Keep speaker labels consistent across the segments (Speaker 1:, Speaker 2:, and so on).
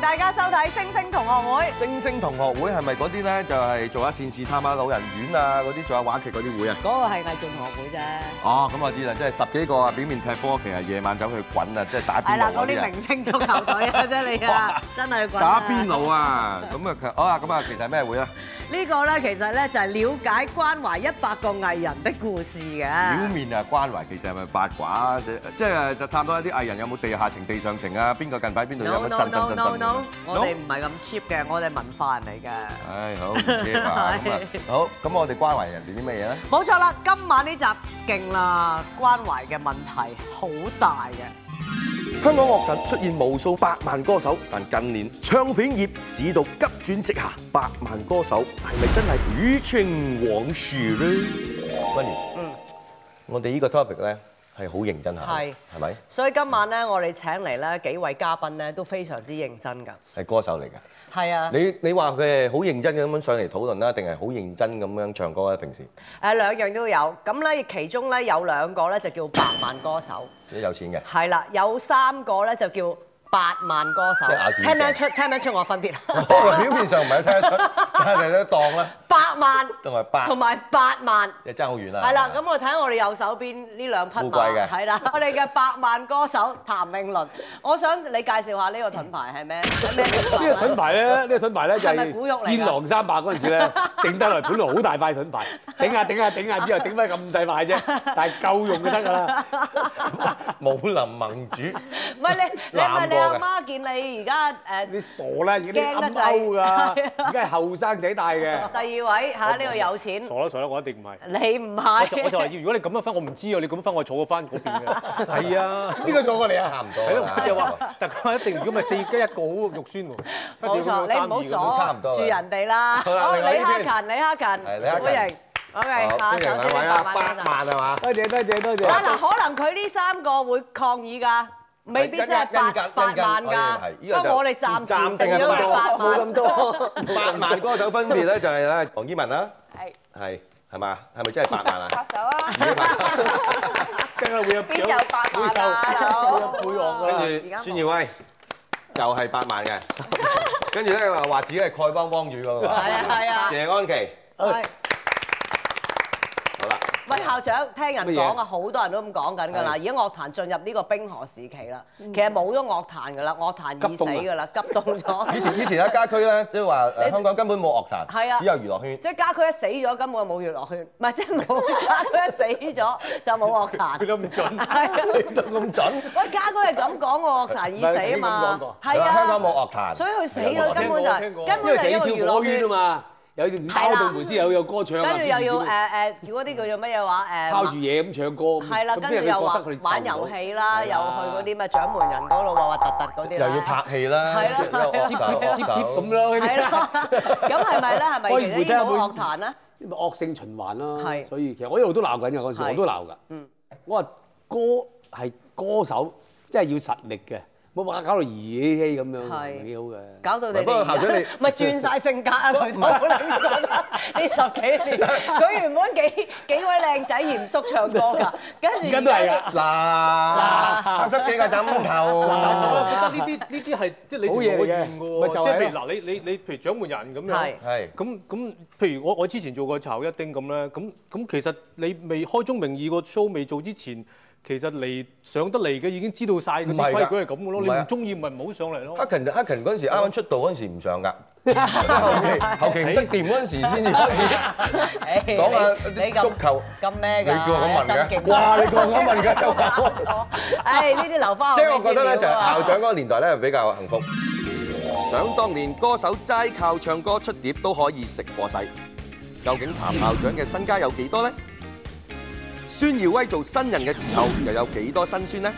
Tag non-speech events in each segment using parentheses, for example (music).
Speaker 1: 仔星星同學會。
Speaker 2: 星星同學會係咪嗰啲咧？就係做下善事、探下老人院啊，嗰啲做下話劇嗰啲會啊？
Speaker 3: 嗰個係藝進學會啫。
Speaker 2: 哦，咁我知啦，即係十幾個啊，表面踢波，其實夜晚走去滾啊，即係打
Speaker 3: 係
Speaker 2: 邊
Speaker 3: 啦，
Speaker 2: 爐
Speaker 3: 嗰
Speaker 2: 嗰
Speaker 3: 啲
Speaker 2: 啲啊。
Speaker 3: 明星足球隊啊，真係啊，真係滾啊
Speaker 2: 打邊爐啊！咁啊，其哦啊，咁啊，其實係咩會咧？
Speaker 3: 呢個咧，其實咧就係了解關懷一百個藝人的故事
Speaker 2: 表
Speaker 3: 嘅。
Speaker 2: 面啊關懷，其實係咪八卦？啊即即係就探到一啲藝人有冇地下情、地上情啊？邊個近排邊度有
Speaker 3: No
Speaker 2: 乜
Speaker 3: no
Speaker 2: 震震
Speaker 3: no
Speaker 2: 震
Speaker 3: no
Speaker 2: 震
Speaker 3: no，我哋唔係咁 cheap 嘅，我哋文化人嚟嘅。
Speaker 2: 唉，好唔知 (laughs) 啊，咁啊
Speaker 3: 係
Speaker 2: 好，咁我哋關懷人哋啲咩嘢咧？
Speaker 3: 冇錯啦，今晚呢集勁啦，關懷嘅問題好大嘅。
Speaker 2: 香港樂壇出現無數百萬歌手，但近年唱片業市道急轉直下，百萬歌手係咪真係雨情往事咧？君如，嗯，我哋呢個 topic 咧係好認真下，
Speaker 3: 係
Speaker 2: 係咪？
Speaker 3: 所以今晚咧，我哋請嚟咧幾位嘉賓咧都非常之認真㗎。
Speaker 2: 係歌手嚟㗎。
Speaker 3: 係啊，
Speaker 2: 你你話佢係好認真咁樣上嚟討論啦，定係好認真咁樣唱歌咧？平時
Speaker 3: 誒兩樣都有。咁咧，其中咧有兩個咧就叫百萬歌手。
Speaker 2: 即係有錢嘅。
Speaker 3: 係啦，有三個咧就叫八萬歌手
Speaker 2: 即係咬，住
Speaker 3: 聽唔聽
Speaker 2: 隻
Speaker 3: 得出？聽唔聽得出我分別？ (laughs)
Speaker 2: 表面上唔係聽得出，但係都當啦，
Speaker 3: 八萬
Speaker 2: 同埋八
Speaker 3: 同，埋八萬，
Speaker 2: 即係爭好遠啦。
Speaker 3: 係啦。咁我睇下我哋右手邊呢兩匹
Speaker 2: 富貴
Speaker 3: 馬，
Speaker 2: 嘅
Speaker 3: 係啦， (laughs) 我哋嘅百萬歌手譚詠麟，我想你介紹下呢個盾牌係咩？係咩
Speaker 4: 呢個盾牌咧，呢個盾牌咧就
Speaker 3: 係咪
Speaker 4: 係
Speaker 3: 古玉嚟㗎
Speaker 4: 戰狼三百嗰陣時咧，整得嚟本來好大塊盾牌，頂下頂下頂下之後頂翻咁
Speaker 3: (laughs)
Speaker 4: 細塊啫，但係夠用就得㗎啦。
Speaker 2: 武林盟主，
Speaker 3: 唔係你，你係咪
Speaker 2: 藍
Speaker 3: 你
Speaker 2: 過
Speaker 3: 阿
Speaker 2: 嘅
Speaker 3: 媽見你而家誒？
Speaker 4: 你傻啦，而
Speaker 3: 驚
Speaker 4: 家啲
Speaker 3: 得
Speaker 4: 暗
Speaker 3: 滯
Speaker 4: 歐
Speaker 3: (laughs)
Speaker 4: 㗎，而家係後生仔戴嘅。
Speaker 3: 第二位嚇呢個有錢，
Speaker 5: 傻啦傻啦，我一定唔
Speaker 3: (laughs)
Speaker 5: 係。
Speaker 3: 你唔
Speaker 5: 我就我就話
Speaker 3: 係。
Speaker 5: 要，如果你咁樣分，我唔知啊。你咁樣分，我坐翻嗰
Speaker 3: (laughs)
Speaker 5: 邊嘅。係啊，
Speaker 4: 邊個做過你
Speaker 2: 差
Speaker 4: 啊？
Speaker 2: 唔多
Speaker 5: 係咯，
Speaker 2: 啦。
Speaker 5: 我就話，但係我一定如果咪四加一個好肉酸喎。跟住
Speaker 3: 冇
Speaker 5: 咁樣
Speaker 3: 錯，你唔好
Speaker 5: 三二咁樣
Speaker 2: 差唔多
Speaker 3: 阻
Speaker 2: 啦
Speaker 3: 住人哋啦。
Speaker 2: 好啦
Speaker 3: 好，
Speaker 2: 另外呢
Speaker 3: 李克
Speaker 2: 邊
Speaker 3: 勤，李克勤，
Speaker 2: 李克勤
Speaker 3: 歡迎。OK，
Speaker 2: 好
Speaker 3: 下
Speaker 2: 歡
Speaker 3: 首先
Speaker 2: 迎兩
Speaker 3: 你
Speaker 2: 位啊，
Speaker 3: 百
Speaker 2: 八
Speaker 3: 萬歌手。
Speaker 2: 萬係嘛？
Speaker 4: 多謝多謝多
Speaker 3: 啊
Speaker 4: 謝。
Speaker 3: 嗱，可能佢呢三個會抗議㗎，未必真係八八萬
Speaker 2: à?
Speaker 3: 㗎。
Speaker 2: 哦
Speaker 3: 不過我哋暫時定咗係八
Speaker 2: 冇
Speaker 3: 萬
Speaker 2: 咁。 (laughs) 多。八萬歌手分別咧就係咧，黃依文啦，
Speaker 6: 係
Speaker 2: 係係嘛？係咪真係八萬啊？
Speaker 6: 拍手
Speaker 2: (laughs)
Speaker 6: 啊！
Speaker 4: 梗係會有
Speaker 6: 邊有八萬啊，
Speaker 4: 會
Speaker 6: 大
Speaker 4: 有
Speaker 6: 佬
Speaker 4: 配樂
Speaker 5: (laughs)
Speaker 4: 㗎啦。
Speaker 2: 跟住孫耀威又係八萬嘅，跟住咧又話自己係丐幫幫主嗰個，
Speaker 3: 係啊
Speaker 2: dạ,
Speaker 3: 係啊，
Speaker 2: 謝安琪。
Speaker 3: 係
Speaker 2: 好啦，
Speaker 3: 喂校長，聽人
Speaker 2: 乜
Speaker 3: 講
Speaker 2: 嘢
Speaker 3: 啊，好多人都咁講緊㗎啦。而家樂壇進入呢個冰河時期啦，
Speaker 2: 嗯
Speaker 3: 其實冇咗樂壇㗎啦，樂壇已死㗎啦，急凍
Speaker 2: 啊 (laughs) 以
Speaker 3: 咗。
Speaker 2: 前以前喺家區咧，即係話誒香港根本冇樂壇，
Speaker 3: 係啊
Speaker 2: 只有娛 (laughs) 樂圈。
Speaker 3: 即係家駒一死咗，根本就冇娛樂圈，唔係即係冇家駒一死咗就冇樂
Speaker 5: 佢
Speaker 3: 壇。
Speaker 5: 都唔準。
Speaker 3: 係啊，
Speaker 2: 咁咁準？
Speaker 3: 喂家駒係咁講個樂壇已死啊
Speaker 4: 唔係佢咁講
Speaker 3: 嘛
Speaker 4: 過，
Speaker 3: 係啊，
Speaker 2: 香港冇樂壇，
Speaker 3: 所以佢死咗根本就係
Speaker 5: 聽過聽過
Speaker 3: 根
Speaker 4: 因為
Speaker 3: 本就
Speaker 4: 成
Speaker 3: 係一
Speaker 4: 日
Speaker 3: 個
Speaker 4: 跳
Speaker 3: 娛
Speaker 4: 火
Speaker 3: 樂
Speaker 4: 圈
Speaker 3: 圈
Speaker 4: 啊。嘛，有拋到門先有有歌唱
Speaker 3: 跟
Speaker 4: 啊。
Speaker 3: 住又要誒誒叫嗰啲叫做乜嘢話誒，
Speaker 4: 拋住嘢咁唱歌。
Speaker 3: 係啦，
Speaker 4: 咁
Speaker 3: 跟住
Speaker 4: 邊人會
Speaker 3: 又話
Speaker 4: 覺得佢哋
Speaker 3: 玩
Speaker 4: 受唔
Speaker 3: 遊
Speaker 4: 到
Speaker 3: 戲啦，又
Speaker 4: 係啊
Speaker 3: 去嗰啲咩掌門人嗰度核核突突嗰啲
Speaker 2: 又
Speaker 3: 啦，
Speaker 2: 要拍戲啦，
Speaker 3: 係啦係
Speaker 2: 又
Speaker 3: 啦
Speaker 2: 惡手
Speaker 4: 貼貼貼咁啦，嗰啲
Speaker 3: 係啦，咁係咪咧？係咪
Speaker 4: 我
Speaker 3: 其
Speaker 4: 原
Speaker 3: 實
Speaker 4: 本
Speaker 3: 已經
Speaker 4: 真係
Speaker 3: 冇
Speaker 4: 會
Speaker 3: 樂壇啊咧？
Speaker 4: 咪惡性循環啦。
Speaker 3: 係
Speaker 4: 所以其實我一路都鬧緊嘅嗰陣時，
Speaker 3: 係
Speaker 4: 我都鬧㗎。
Speaker 3: 嗯
Speaker 4: 我話歌係歌手，真係要實力嘅，冇話搞到兒兒戲咁
Speaker 3: 係
Speaker 4: 樣，幾好嘅。
Speaker 3: 搞到你哋
Speaker 2: 唔係不過校長
Speaker 3: 而 (laughs)
Speaker 2: 你
Speaker 3: 家咪轉晒性格啊！佢都呢十幾年，佢原本幾幾位靚仔嚴肅唱歌㗎，跟住
Speaker 4: 而家都係
Speaker 2: à?
Speaker 4: 㗎。
Speaker 2: 嗱，拍出幾個枕頭
Speaker 5: 我
Speaker 2: 啊！
Speaker 5: 覺得呢啲呢啲係即係你
Speaker 4: 好
Speaker 5: 情
Speaker 4: 嘢嚟
Speaker 5: 我
Speaker 4: 嘅
Speaker 5: 願㗎
Speaker 4: 咪
Speaker 5: 喎。
Speaker 4: 就
Speaker 5: 即
Speaker 4: 係
Speaker 5: 係譬如
Speaker 4: 咯
Speaker 5: 嗱，你你你譬如掌門人咁
Speaker 3: 係
Speaker 5: 樣。
Speaker 2: 係
Speaker 5: 咁咁，譬如我我之前做過巢一丁咁咧，咁咁其實你未開宗明義個 show 未做之前，其實嚟上得嚟嘅已經知道晒嗰
Speaker 2: 唔係
Speaker 5: 啲
Speaker 2: 㗎
Speaker 5: 規矩係咁嘅咯。
Speaker 2: 唔
Speaker 5: 你
Speaker 2: 係啊
Speaker 5: 唔中意咪唔好上嚟
Speaker 2: 黑
Speaker 5: 咯。
Speaker 2: 勤黑勤嗰陣時啱啱出道嗰陣時唔上㗎，後期後期唔得掂嗰陣時先至開始
Speaker 3: 誒
Speaker 2: 講
Speaker 3: 你你
Speaker 2: 下
Speaker 3: 咁
Speaker 2: 足球。
Speaker 3: 咁咩㗎？
Speaker 2: 你叫我咁問
Speaker 3: 真勁
Speaker 2: 嘅，哇！你叫我咁問嘅又話我錯。
Speaker 3: 誒呢啲留翻
Speaker 2: 即係我覺得咧，就係校
Speaker 3: 長
Speaker 2: 長嗰個年代咧比較幸福。想當年歌手齋靠唱歌出碟都可以食過世，究竟譚校長嘅身家有幾多呢？孫耀威做新人嘅時候又有幾多辛酸呢？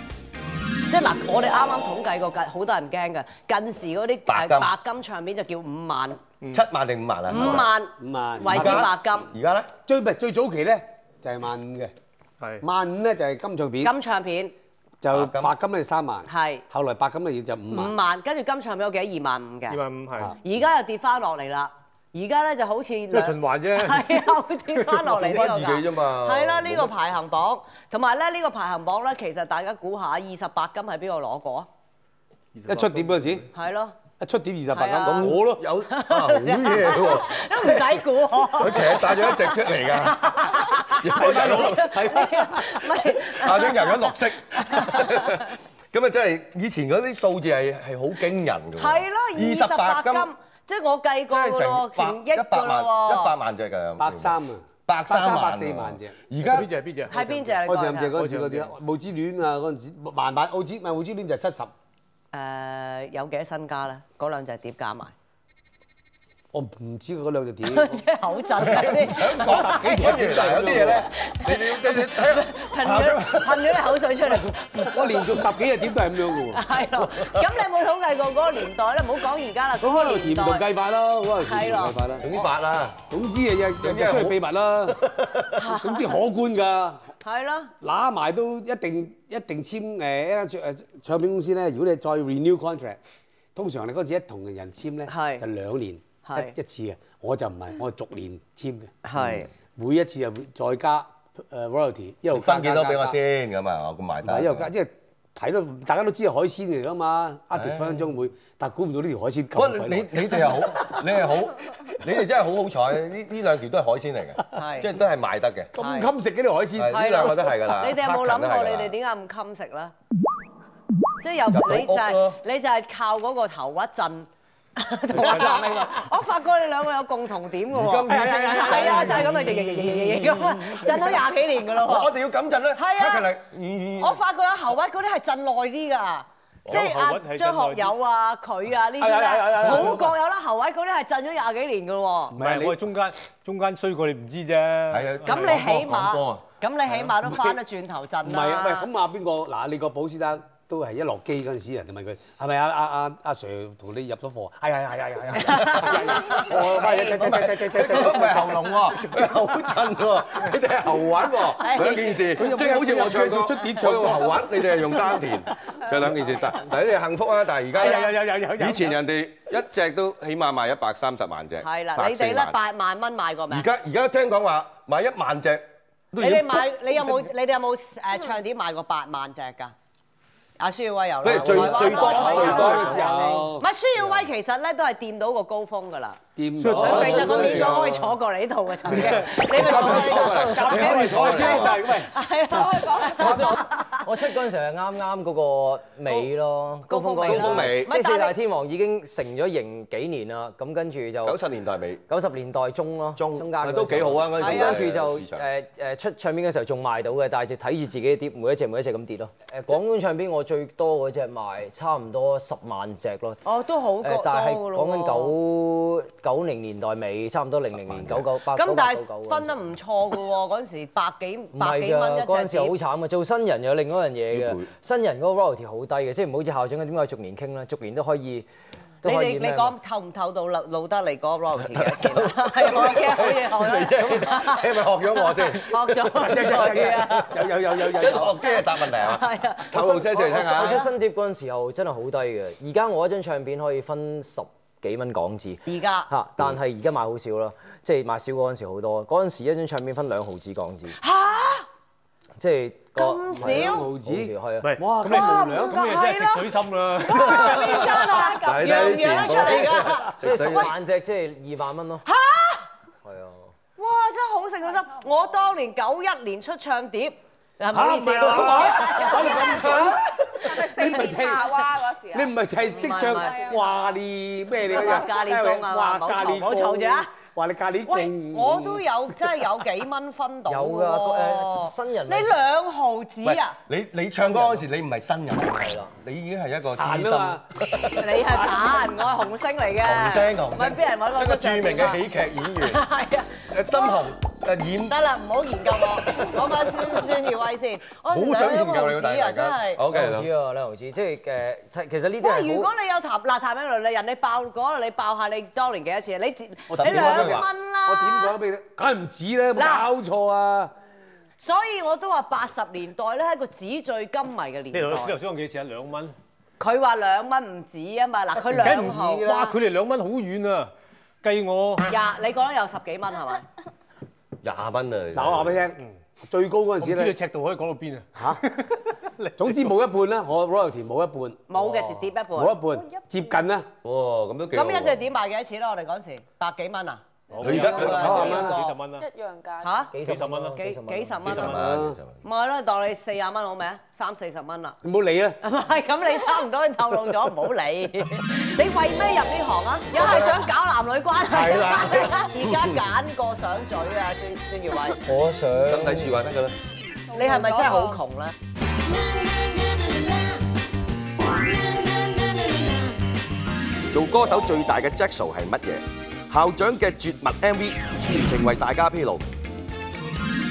Speaker 3: 即係嗱，我哋啱啱統計過，近好多人驚嘅。近時嗰啲誒
Speaker 2: 白金
Speaker 3: 白金唱片就叫五萬，
Speaker 2: 七萬定五萬啊？
Speaker 3: 五萬
Speaker 4: 五萬
Speaker 3: 為之白金
Speaker 2: 而家咧？
Speaker 4: 最唔係最早期咧就係萬五嘅，
Speaker 5: 係
Speaker 4: 萬五咧就係金唱片，
Speaker 3: 金唱片
Speaker 4: 就
Speaker 2: 白金
Speaker 4: 白金咧三萬，
Speaker 3: 係
Speaker 4: 後來白金咧就五萬
Speaker 3: 五。萬，跟住金唱片有幾多二萬五
Speaker 5: 二
Speaker 3: 嘅，
Speaker 5: 萬五係。
Speaker 3: 而家又跌翻落嚟啦。而家咧就好似
Speaker 5: 因為循環
Speaker 3: (laughs)
Speaker 5: 啫。
Speaker 3: 係啊，會跌翻落嚟呢個
Speaker 2: 換返自己啫嘛
Speaker 3: 係啦，呢個排行榜，同埋咧呢個排行榜咧，其實大家估下，二十八金係邊個攞過啊？
Speaker 4: 一出碟嗰陣時，
Speaker 3: 係咯，
Speaker 4: 一出碟二十八
Speaker 3: 係啊
Speaker 4: 咁，我咯，
Speaker 2: 有啊好嘢喎！
Speaker 3: 都唔使估我。
Speaker 2: 佢其實帶咗一隻出嚟㗎，啊有一路
Speaker 4: 啊
Speaker 3: 唔係
Speaker 2: 帶咗油咗綠色。咁啊，真係以前嗰啲數字係係好驚人㗎喎。
Speaker 3: 係咯，二十八
Speaker 2: 28
Speaker 3: 金，即係我計
Speaker 2: 即
Speaker 3: 過
Speaker 2: 係
Speaker 3: 㗎咯，
Speaker 2: 成
Speaker 3: 成一
Speaker 2: 百一百
Speaker 3: 㗎
Speaker 2: 萬
Speaker 3: 咯
Speaker 2: 一百
Speaker 3: 喎。
Speaker 2: 萬隻㗎，
Speaker 4: 百三啊，
Speaker 2: 百三萬
Speaker 4: 百四萬隻。
Speaker 2: 而
Speaker 5: 邊
Speaker 2: 家
Speaker 5: 只係邊只？
Speaker 3: 係邊隻啊？你
Speaker 4: 我正正
Speaker 3: 講
Speaker 4: 嗰陣時嗰啲啊母子戀啊，嗰陣時萬萬澳子唔係澳子戀就七十，
Speaker 3: 下。誒，有幾多身家咧？嗰兩隻碟加埋，
Speaker 4: 我唔知佢嗰兩隻 (laughs) 點。
Speaker 3: 即係口罩細啲，
Speaker 2: 想講十幾隻原來有啲嘢
Speaker 4: (laughs)
Speaker 2: 咧，你你你你睇下
Speaker 3: 噴咗噴咗啲口水出嚟。
Speaker 4: 我連續十幾隻點都係咁樣嘅喎。
Speaker 3: 係咯，咁你有冇統計過嗰個年代咧？唔好講而家啦，嗰
Speaker 4: 咁嗰
Speaker 3: 個
Speaker 4: 度甜
Speaker 3: 年
Speaker 4: 度
Speaker 3: 代
Speaker 4: 計法咯，嗰度甜度計法啦。
Speaker 2: 整法啦，
Speaker 4: 總之啊，日日日出係秘
Speaker 3: (laughs)
Speaker 4: 密啦，總之可觀㗎。
Speaker 3: 係咯，
Speaker 4: 揦埋都一定一定簽誒一間唱誒唱片公司咧，如果你再 renew contract，通常你嗰陣時一同人簽咧
Speaker 3: 係
Speaker 4: 就兩年
Speaker 3: 係
Speaker 4: 一一次嘅，我就唔係，我係逐年簽嘅，嗯
Speaker 3: 係
Speaker 4: 每一次就會再加誒 royalty，一路
Speaker 2: 你
Speaker 4: 加
Speaker 2: 分幾多
Speaker 4: 加
Speaker 2: 俾我
Speaker 4: 加
Speaker 2: 先咁啊？我咁埋
Speaker 4: 唔係
Speaker 2: 單。
Speaker 4: 一路加，即係睇到大家都知係海鮮嚟㗎嘛，artist 分分鐘會，但估唔到呢條海鮮
Speaker 2: 不過
Speaker 4: 咁鬼
Speaker 2: 你
Speaker 4: 耐
Speaker 2: 你你哋係好，你係好，你哋真係好好彩，呢呢兩條都係海鮮嚟嘅，
Speaker 3: 係
Speaker 2: 即係都係賣得嘅。
Speaker 4: 咁襟食嘅呢條海
Speaker 2: 係
Speaker 4: 鮮，
Speaker 2: 呢兩個都係㗎啦。
Speaker 3: 你哋有冇諗過你哋
Speaker 2: Parker 都係㗎啦
Speaker 3: 點解咁襟食咧？即係由
Speaker 2: 入到
Speaker 3: 你就
Speaker 2: 屋
Speaker 3: 係
Speaker 2: 咯
Speaker 3: 你就係靠嗰個頭屈震。同阿男明我發覺你兩個有共同點嘅喎，
Speaker 2: 而家唔知
Speaker 3: 係啊，就係咁啊，咁啊，震咗廿幾年嘅
Speaker 2: 我
Speaker 3: 咯
Speaker 2: 我哋要咁陣咧，
Speaker 3: 係啊
Speaker 2: 克勤力嗯
Speaker 3: 喎。我發覺有喉屈嗰啲係震耐啲㗎，即係
Speaker 5: 喉屈
Speaker 3: 阿
Speaker 5: 係震耐
Speaker 3: 張
Speaker 5: 啲
Speaker 3: 學友啊、佢啊呢啲
Speaker 4: 係係係係
Speaker 3: 咧，
Speaker 4: 係
Speaker 3: 好覺有啦，喉屈嗰啲係震咗廿幾年嘅喎
Speaker 5: 唔。
Speaker 4: 唔係
Speaker 5: 係，
Speaker 4: 你
Speaker 5: 我係中間中間衰過你唔知啫。
Speaker 2: 係啊
Speaker 3: 咁你起
Speaker 2: 講
Speaker 3: 碼
Speaker 2: 波啊，
Speaker 3: 咁你起碼都翻得轉頭
Speaker 4: 唔
Speaker 3: 震
Speaker 4: 係啊，喂，
Speaker 3: 啦。
Speaker 4: 咁啊邊個嗱？你個保先生都係一落機嗰陣時，人哋問佢係咪啊啊啊阿 Sir 同你入咗貨？係係係係係係。我喂，
Speaker 2: 唔係佢唔係喉嚨喎，佢口震喎，你哋係喉韻喎，兩件事，即係好似我唱歌
Speaker 4: 出碟唱歌
Speaker 2: 我用喉韻，你哋係用丹田，就兩件事。但但你哋幸福啊，但係而
Speaker 4: 有
Speaker 2: 家
Speaker 4: 有有有有有。
Speaker 2: 以前人哋一隻都起碼賣一百三十萬隻，
Speaker 3: 係啦，你
Speaker 2: 140
Speaker 3: 哋咧
Speaker 2: 萬
Speaker 3: 八萬蚊買過未
Speaker 2: 而
Speaker 3: 啊？
Speaker 2: 家而家聽講話買一萬隻，
Speaker 3: 你哋買你有冇你哋有冇誒唱碟買過八萬隻㗎？阿舒耀威有啦，
Speaker 2: 喂最
Speaker 3: 台灣
Speaker 2: 最
Speaker 3: 台灣
Speaker 2: 最多
Speaker 3: 有
Speaker 2: 嘅
Speaker 4: 時候
Speaker 3: 唔係舒耀威其實咧都係掂到個高峰㗎啦。
Speaker 4: 掂
Speaker 5: 所以台
Speaker 3: 佢
Speaker 5: 灣
Speaker 3: 其實個
Speaker 5: 最
Speaker 3: 面
Speaker 5: 多
Speaker 3: 講可以坐過嚟呢度嘅曾經，你咪坐過嚟呢度。
Speaker 2: 你可以坐
Speaker 4: 我知，
Speaker 2: 嚟。
Speaker 4: 但係喂，
Speaker 3: (laughs) 係啊，可以講坐
Speaker 1: 我出嗰陣時係啱啱嗰個尾咯，
Speaker 3: 高峰尾
Speaker 1: 嗰陣
Speaker 2: 高峰尾
Speaker 1: 即係四大天王已經成咗型幾年啦，咁跟住就
Speaker 2: 九十年代尾，
Speaker 1: 九十年代中咯，
Speaker 2: 中
Speaker 1: 間嗰陣
Speaker 2: 都幾好啊嗰陣時
Speaker 1: 咁跟住就
Speaker 2: 市場
Speaker 1: 誒誒出唱片嘅時候仲賣到嘅，但係就睇住自己嘅碟每一隻每一隻咁跌咯。誒廣東唱片我最多嗰隻賣差唔多十萬隻咯。
Speaker 3: 哦，都好高
Speaker 1: 誒，但係
Speaker 3: 高㗎
Speaker 1: 講緊
Speaker 3: 咯
Speaker 1: 九九零年代尾，差唔多零零年九九八
Speaker 3: 喎。咁但係分得唔錯㗎喎，嗰陣時百幾
Speaker 1: 唔
Speaker 3: 百
Speaker 1: 係
Speaker 3: 幾蚊
Speaker 1: 㗎，嗰
Speaker 3: 一
Speaker 1: 陣
Speaker 3: 隻
Speaker 1: 時好
Speaker 3: 碟。
Speaker 1: 慘嘅，做新人有另一樣嘢
Speaker 2: 要賠
Speaker 1: 嘅，新人嗰個 royalty 好低嘅，即係唔好似校長咁點解逐年傾啦，逐年都可以。都
Speaker 3: 你
Speaker 1: 可
Speaker 3: 哋
Speaker 1: 以
Speaker 3: 你
Speaker 1: 咩啊
Speaker 3: 講透唔透到路路德利嗰個 royalty
Speaker 2: (laughs)
Speaker 3: 嘅錢啊？係我嘅，好嘢，學咗
Speaker 2: 你係咪學咗我先？
Speaker 3: 學咗好耐啊！
Speaker 4: 有有有有有
Speaker 2: 一
Speaker 4: 有。
Speaker 2: 學機係答問題係嘛？
Speaker 3: 係啊，
Speaker 2: 透露些少嚟聽
Speaker 1: 我出
Speaker 2: 下。
Speaker 1: 新碟嗰陣時候真係好低嘅，而家我一張唱片可以分十幾蚊港紙。
Speaker 3: 而家
Speaker 1: 嚇！但係而家買好少啦，即係買少過嗰陣時好多。嗰陣時一張唱片分兩毫子港紙。嚇！即係個
Speaker 3: 咁少
Speaker 1: 係啊
Speaker 4: 毫子
Speaker 1: 係啊
Speaker 5: 唔。係
Speaker 4: 哇
Speaker 5: 咁你
Speaker 3: 哇
Speaker 5: 無良
Speaker 3: 唔
Speaker 5: 咁你真係
Speaker 3: 係咯
Speaker 5: 食水深啦。 (laughs)
Speaker 3: 邊間啊？
Speaker 2: 睇
Speaker 3: 樣樣都出嚟㗎，
Speaker 1: 所以十萬隻即係二萬蚊咯。嚇！係啊。
Speaker 3: 哇！真係好食好心。我當年九一年出唱碟，嗱唔好意思，
Speaker 4: 嚇唔係啊
Speaker 3: 講
Speaker 6: 咪四面夏 (laughs) 娃嗰時
Speaker 4: 你
Speaker 6: 啊？
Speaker 4: 唔係就係識
Speaker 3: 唔係唔
Speaker 4: 唱
Speaker 6: 係
Speaker 4: 哇你咩你
Speaker 3: 哇咖喱公啊
Speaker 4: 哇
Speaker 3: 唔好嘈
Speaker 4: 咖喱
Speaker 3: 唔好嘈住啊
Speaker 4: 公！話你咖喱
Speaker 3: 喂，
Speaker 4: 公，
Speaker 3: 我都有真係有幾蚊分到
Speaker 1: 有㗎
Speaker 3: 㗎
Speaker 1: 誒新人
Speaker 3: 你兩毫子啊？
Speaker 2: 你你唱歌嗰時你唔係新人，係
Speaker 1: 啦，
Speaker 2: 你已經係一個資
Speaker 4: 殘
Speaker 2: 深
Speaker 4: 啊嘛。
Speaker 3: 你係慘，我係紅星嚟嘅。
Speaker 2: 紅星紅星，
Speaker 3: 咪俾人揾我
Speaker 2: 一個
Speaker 3: 出
Speaker 2: 著
Speaker 3: 唱
Speaker 2: 名
Speaker 3: 碟
Speaker 2: 嘅
Speaker 3: 啊
Speaker 2: 喜劇演員，
Speaker 3: (laughs) 係啊。
Speaker 2: 誒深紅誒
Speaker 3: 唔
Speaker 2: 染，
Speaker 3: 得啦，唔好研究我， (laughs) 講翻孫孫耀威先。我
Speaker 2: 好想研究你喎，
Speaker 3: 兩毫子啊，
Speaker 2: 大
Speaker 3: 真係
Speaker 2: 家。。O
Speaker 1: 兩毫子
Speaker 2: K，
Speaker 1: 啊，兩毫子，即係誒，睇其實呢啲
Speaker 3: 哇！
Speaker 1: 係
Speaker 3: 如果
Speaker 1: 好
Speaker 3: 你有談嗱談起來，人哋爆嗰你爆下你當年幾多錢？啊你你
Speaker 2: 點
Speaker 3: 兩
Speaker 2: 講都
Speaker 3: 蚊
Speaker 2: 話
Speaker 4: 我點講
Speaker 3: 啦
Speaker 4: 都。俾你，梗係唔止啦，有冇
Speaker 3: 嗱
Speaker 4: 搞錯啊！
Speaker 3: 所以我都話八十年代咧係一個紙醉金迷嘅
Speaker 5: 你頭先
Speaker 3: 年
Speaker 5: 頭先講幾錢啊？兩蚊。
Speaker 3: 代。佢話兩蚊唔止啊嘛，嗱佢
Speaker 5: 梗
Speaker 3: 兩毫
Speaker 5: 唔易啦，哇！佢哋兩蚊好遠啊，計我
Speaker 3: 廿，你講得有十幾蚊係咪？
Speaker 2: 廿蚊啊！
Speaker 4: 嗱，我話俾你聽，最高嗰陣
Speaker 5: 我唔
Speaker 4: 時
Speaker 5: 知
Speaker 4: 咧
Speaker 5: 佢。尺度可以講到邊啊。
Speaker 4: 嚇！總之冇一半啦，我 royalty 冇一半，
Speaker 3: 冇嘅，跌一半。
Speaker 4: 冇一半，接近啦，
Speaker 2: 哇，咁都幾
Speaker 3: 咁一
Speaker 2: 好喎。
Speaker 3: 隻碟賣幾多錢啊？我哋嗰時百幾蚊啊？
Speaker 5: 佢而家
Speaker 3: 有啊
Speaker 4: 九十蚊
Speaker 3: 有啊
Speaker 5: 幾十蚊啦，
Speaker 6: 一樣價。
Speaker 3: 嚇？
Speaker 1: 幾十蚊啦，
Speaker 3: 幾幾十蚊啊？
Speaker 2: 幾十蚊，幾十蚊。
Speaker 3: 咪咯，當你四廿蚊好未啊？三四十蚊啦。
Speaker 4: (laughs) 你唔好理啦。
Speaker 3: 係咁，你差唔多透露咗，唔好理。你為咩入呢行啊？又係想搞男女關係。 (laughs) 而家揀個想嘴啊，孫孫
Speaker 4: (laughs)
Speaker 3: 耀威，
Speaker 1: 我想
Speaker 2: 身體自衛得㗎啦。
Speaker 3: 你係咪真係好窮咧？
Speaker 7: 做歌手最大嘅 jackal 係乜嘢？校長嘅絕密 MV 全程為大家披露。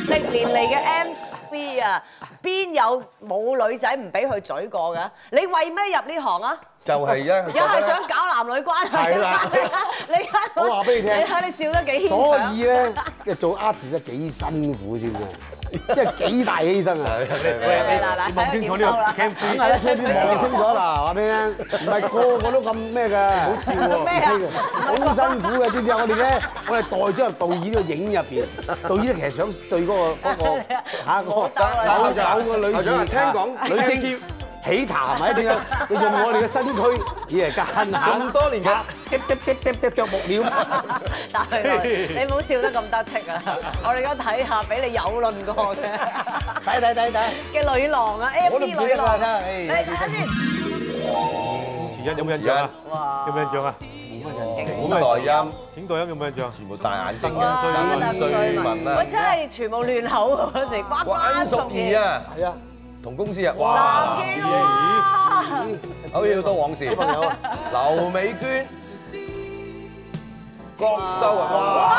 Speaker 3: 歷年嚟嘅 MV 啊，邊有冇女仔唔俾佢嘴過㗎？你為咩入呢行啊？
Speaker 2: 就係因為佢覺得咧，
Speaker 3: 又係想搞男女關係。
Speaker 4: 係啦
Speaker 3: (laughs) 你睇
Speaker 4: 我話俾你聽
Speaker 3: 你睇你笑得幾牽強。
Speaker 4: 所以
Speaker 3: (laughs)
Speaker 4: 咧，做 artist 真係幾辛苦先啊，即係幾大犧牲啊！
Speaker 3: 嗱嗱嗱，
Speaker 5: 望清楚
Speaker 3: 睇下
Speaker 5: 呢個 cam
Speaker 3: 點
Speaker 5: free
Speaker 4: 大家聽邊望清楚啦，話俾你聽，唔係個個都咁咩嘅，好笑
Speaker 3: 喎咩啊
Speaker 4: 好辛苦嘅，知唔知啊？我哋咧，我哋代咗入導演個影入邊，導演其實想對嗰個嗰個嚇嗰個某某個女士，女星起痰咪點解？你用我哋嘅身軀，以嚟艱難咁多年嘅，滴滴滴滴滴着木料。
Speaker 3: (laughs) 但係你唔好笑得咁得戚啊！我哋而家睇下俾你有論過嘅
Speaker 4: 睇睇睇睇，
Speaker 3: 嘅女郎啊
Speaker 4: 我都
Speaker 3: ，MV
Speaker 4: 唔記得
Speaker 3: 女郎
Speaker 4: 啦，真係
Speaker 3: 你
Speaker 4: 唉
Speaker 3: 睇下先，
Speaker 5: 慈欣有冇印象啊？
Speaker 3: 哇
Speaker 5: 有冇印象啊？
Speaker 2: 古代
Speaker 5: 影代音有冇印象？啊
Speaker 2: 音，全部大眼睛嘅，
Speaker 3: 哇，
Speaker 2: 鄧
Speaker 3: 鄧瑞
Speaker 2: 瑞
Speaker 3: 文
Speaker 2: 文啊。
Speaker 3: 啊！我真係全部亂口喎嗰時，關關淑怡啊，
Speaker 2: 關淑怡啊，
Speaker 4: 係啊，
Speaker 2: 同公司啊，哇，
Speaker 3: 南京啊，
Speaker 2: 好似好多往事。劉美娟、郭修啊，哇，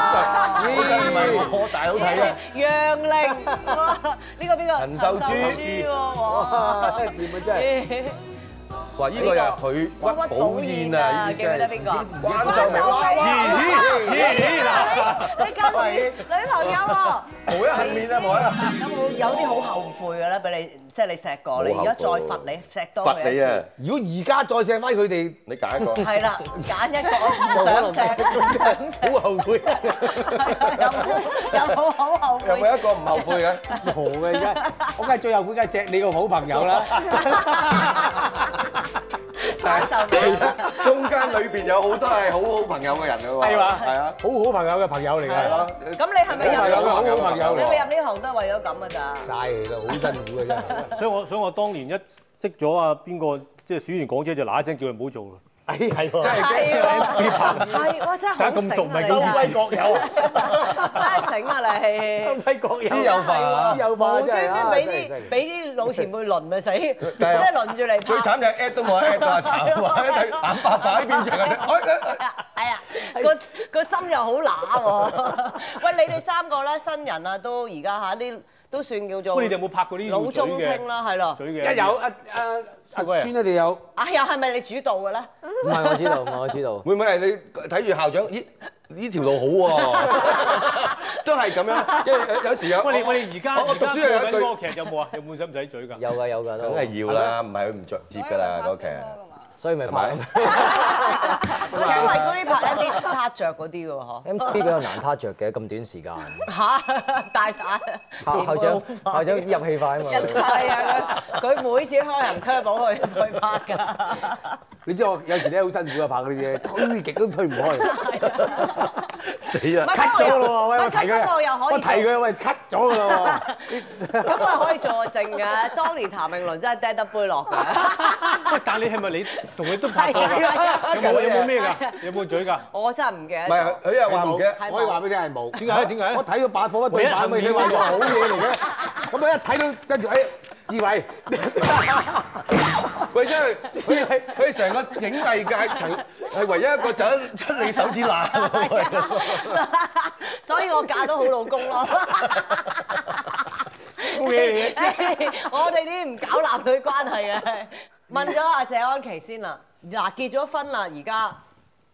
Speaker 2: 好犀利，好犀利，唔係我，但係好睇啊。
Speaker 3: 楊玲，哇，呢個邊個？
Speaker 2: 陳秀珠
Speaker 3: 陳珠喎，哇！
Speaker 4: 點啊真係。
Speaker 2: 哇，呢個又係佢，
Speaker 3: 屈寶燕啊，
Speaker 2: 屈寶燕啊，呢啲
Speaker 3: 記
Speaker 2: 真係。
Speaker 3: 唔記得邊個啊？
Speaker 2: 關秀明，
Speaker 3: 關秀明啊。
Speaker 2: 哇，咦，咦，咦，嗱，
Speaker 3: 你近時女朋友喎。 (laughs)
Speaker 2: 無一幸免啊，無一幸免。
Speaker 3: 有冇有啲好後悔嘅咧？俾你即係你錫過你，而家再罰你錫多佢一
Speaker 2: à.
Speaker 3: 次。
Speaker 4: 如果而家再錫翻佢哋，
Speaker 2: 罰你啊，你揀一個。
Speaker 3: 係啦，揀一個唔想錫，唔想錫。
Speaker 4: 好後
Speaker 3: (laughs)
Speaker 4: 悔。
Speaker 3: 有冇有冇好後悔？
Speaker 2: 有冇一個唔後悔嘅？
Speaker 4: 傻嘅而家，我梗係最後悔，梗係錫你個好朋友啦。
Speaker 3: 怪獸咩？
Speaker 2: 中間裏邊有好多係好好朋友嘅人嘅喎。
Speaker 4: 係嘛？
Speaker 2: 係啊。
Speaker 4: 好好朋友嘅朋友嚟
Speaker 2: 係咯。
Speaker 4: 㗎，
Speaker 3: 咁你係咪
Speaker 4: 好朋友
Speaker 3: 入？
Speaker 4: 嘅好好朋
Speaker 3: 你
Speaker 4: 友
Speaker 3: 咪
Speaker 4: 嚟。
Speaker 3: 入呢行都係為咗咁㗎咋？
Speaker 4: 嘥氣啦，好辛苦嘅真係。
Speaker 5: 所以我所以我當年一識咗啊邊個，即係選完港姐就嗱一聲叫佢唔好做啦。
Speaker 4: 哎，
Speaker 3: 係
Speaker 4: 係喎，
Speaker 3: 喎，係哇！真係好醒啊
Speaker 5: 大家咁熟咪好意
Speaker 3: 你
Speaker 5: 思，
Speaker 4: 國有，
Speaker 5: (laughs)
Speaker 3: 真係醒啊你！
Speaker 4: 歸國有，
Speaker 2: 私有化
Speaker 4: 私有化
Speaker 3: 無
Speaker 4: 真
Speaker 3: 端
Speaker 4: 係啊
Speaker 3: 端俾
Speaker 4: 真係犀利
Speaker 3: 啲俾啲老前輩輪咪死，即係輪住嚟拍。
Speaker 2: 最慘就係 at 都冇得 at 啊！慘啊！眼白白喺邊場嘅，
Speaker 3: 係啊，個個心又好乸喎。喂，你哋三個咧新人啊，都而家嚇呢都算叫
Speaker 5: 不
Speaker 3: 做
Speaker 5: 過你哋有冇拍過呢啲
Speaker 3: 老中青啦，係咯。
Speaker 5: 嘴嘅？
Speaker 4: 一有阿阿阿孫佢哋有，
Speaker 3: 啊，又係咪你主導嘅咧？
Speaker 1: 唔係我知道，唔係我知道。
Speaker 2: 會唔會係你睇住校長？咦，呢條路好喎，都係咁樣。因為有時有
Speaker 5: 喂，你我哋而家
Speaker 2: 我我讀書又有一
Speaker 5: 緊
Speaker 2: 句，
Speaker 5: 嗰個劇有冇啊？有冇使唔使嘴㗎？
Speaker 1: 有㗎有㗎
Speaker 2: 梗
Speaker 1: 都，
Speaker 2: 係要啦，唔係佢唔着接㗎啦嗰個劇。
Speaker 1: 所以咪拍
Speaker 2: 係咪
Speaker 3: 因為嗰啲拍一啲撻着嗰啲嘅喎，
Speaker 1: M D 比較難撻着嘅，咁短時
Speaker 4: (laughs)
Speaker 1: 間。
Speaker 3: 嚇 (laughs) 大打
Speaker 1: 校校長
Speaker 3: (laughs)
Speaker 4: (laughs)
Speaker 1: 校長入戲快啊嘛。
Speaker 3: 係啊，佢佢每次開人推保去去拍㗎。
Speaker 4: 你知我有時咧好辛苦啊，拍嗰啲嘢，推極都推唔開。
Speaker 2: 死啦！
Speaker 4: cut 咗咯喎，喂，我提
Speaker 3: 咁我又
Speaker 4: 佢，
Speaker 3: 可
Speaker 4: 我
Speaker 3: 以做
Speaker 4: 提佢，喂，cut 咗咯
Speaker 3: 咁啊可以作證嘅。當年譚詠麟真係掟得杯落嘅。
Speaker 5: 喂，但你係咪你同佢都拍過
Speaker 3: 係啊
Speaker 5: 㗎？有冇有冇咩㗎？有冇嘴㗎？
Speaker 3: 我真係唔記得
Speaker 2: 唔
Speaker 3: 咗。
Speaker 2: 係佢又話唔記得，
Speaker 3: 係
Speaker 4: 喎，可以話俾你聽係冇。
Speaker 5: 點解？點解？
Speaker 4: 我睇到版火一對版咪你話好嘢嚟嘅，咁我一睇到跟住誒智慧，
Speaker 2: 喂，因為佢佢成個影藝界曾係唯一一個就出你手指罅。
Speaker 3: 所以我嫁到好老公咯。
Speaker 4: 恭
Speaker 3: (laughs)
Speaker 4: 喜你！
Speaker 3: 哎我哋啲唔搞男女關係嘅。問咗阿謝安琪先啦，嗱結咗婚啦，而家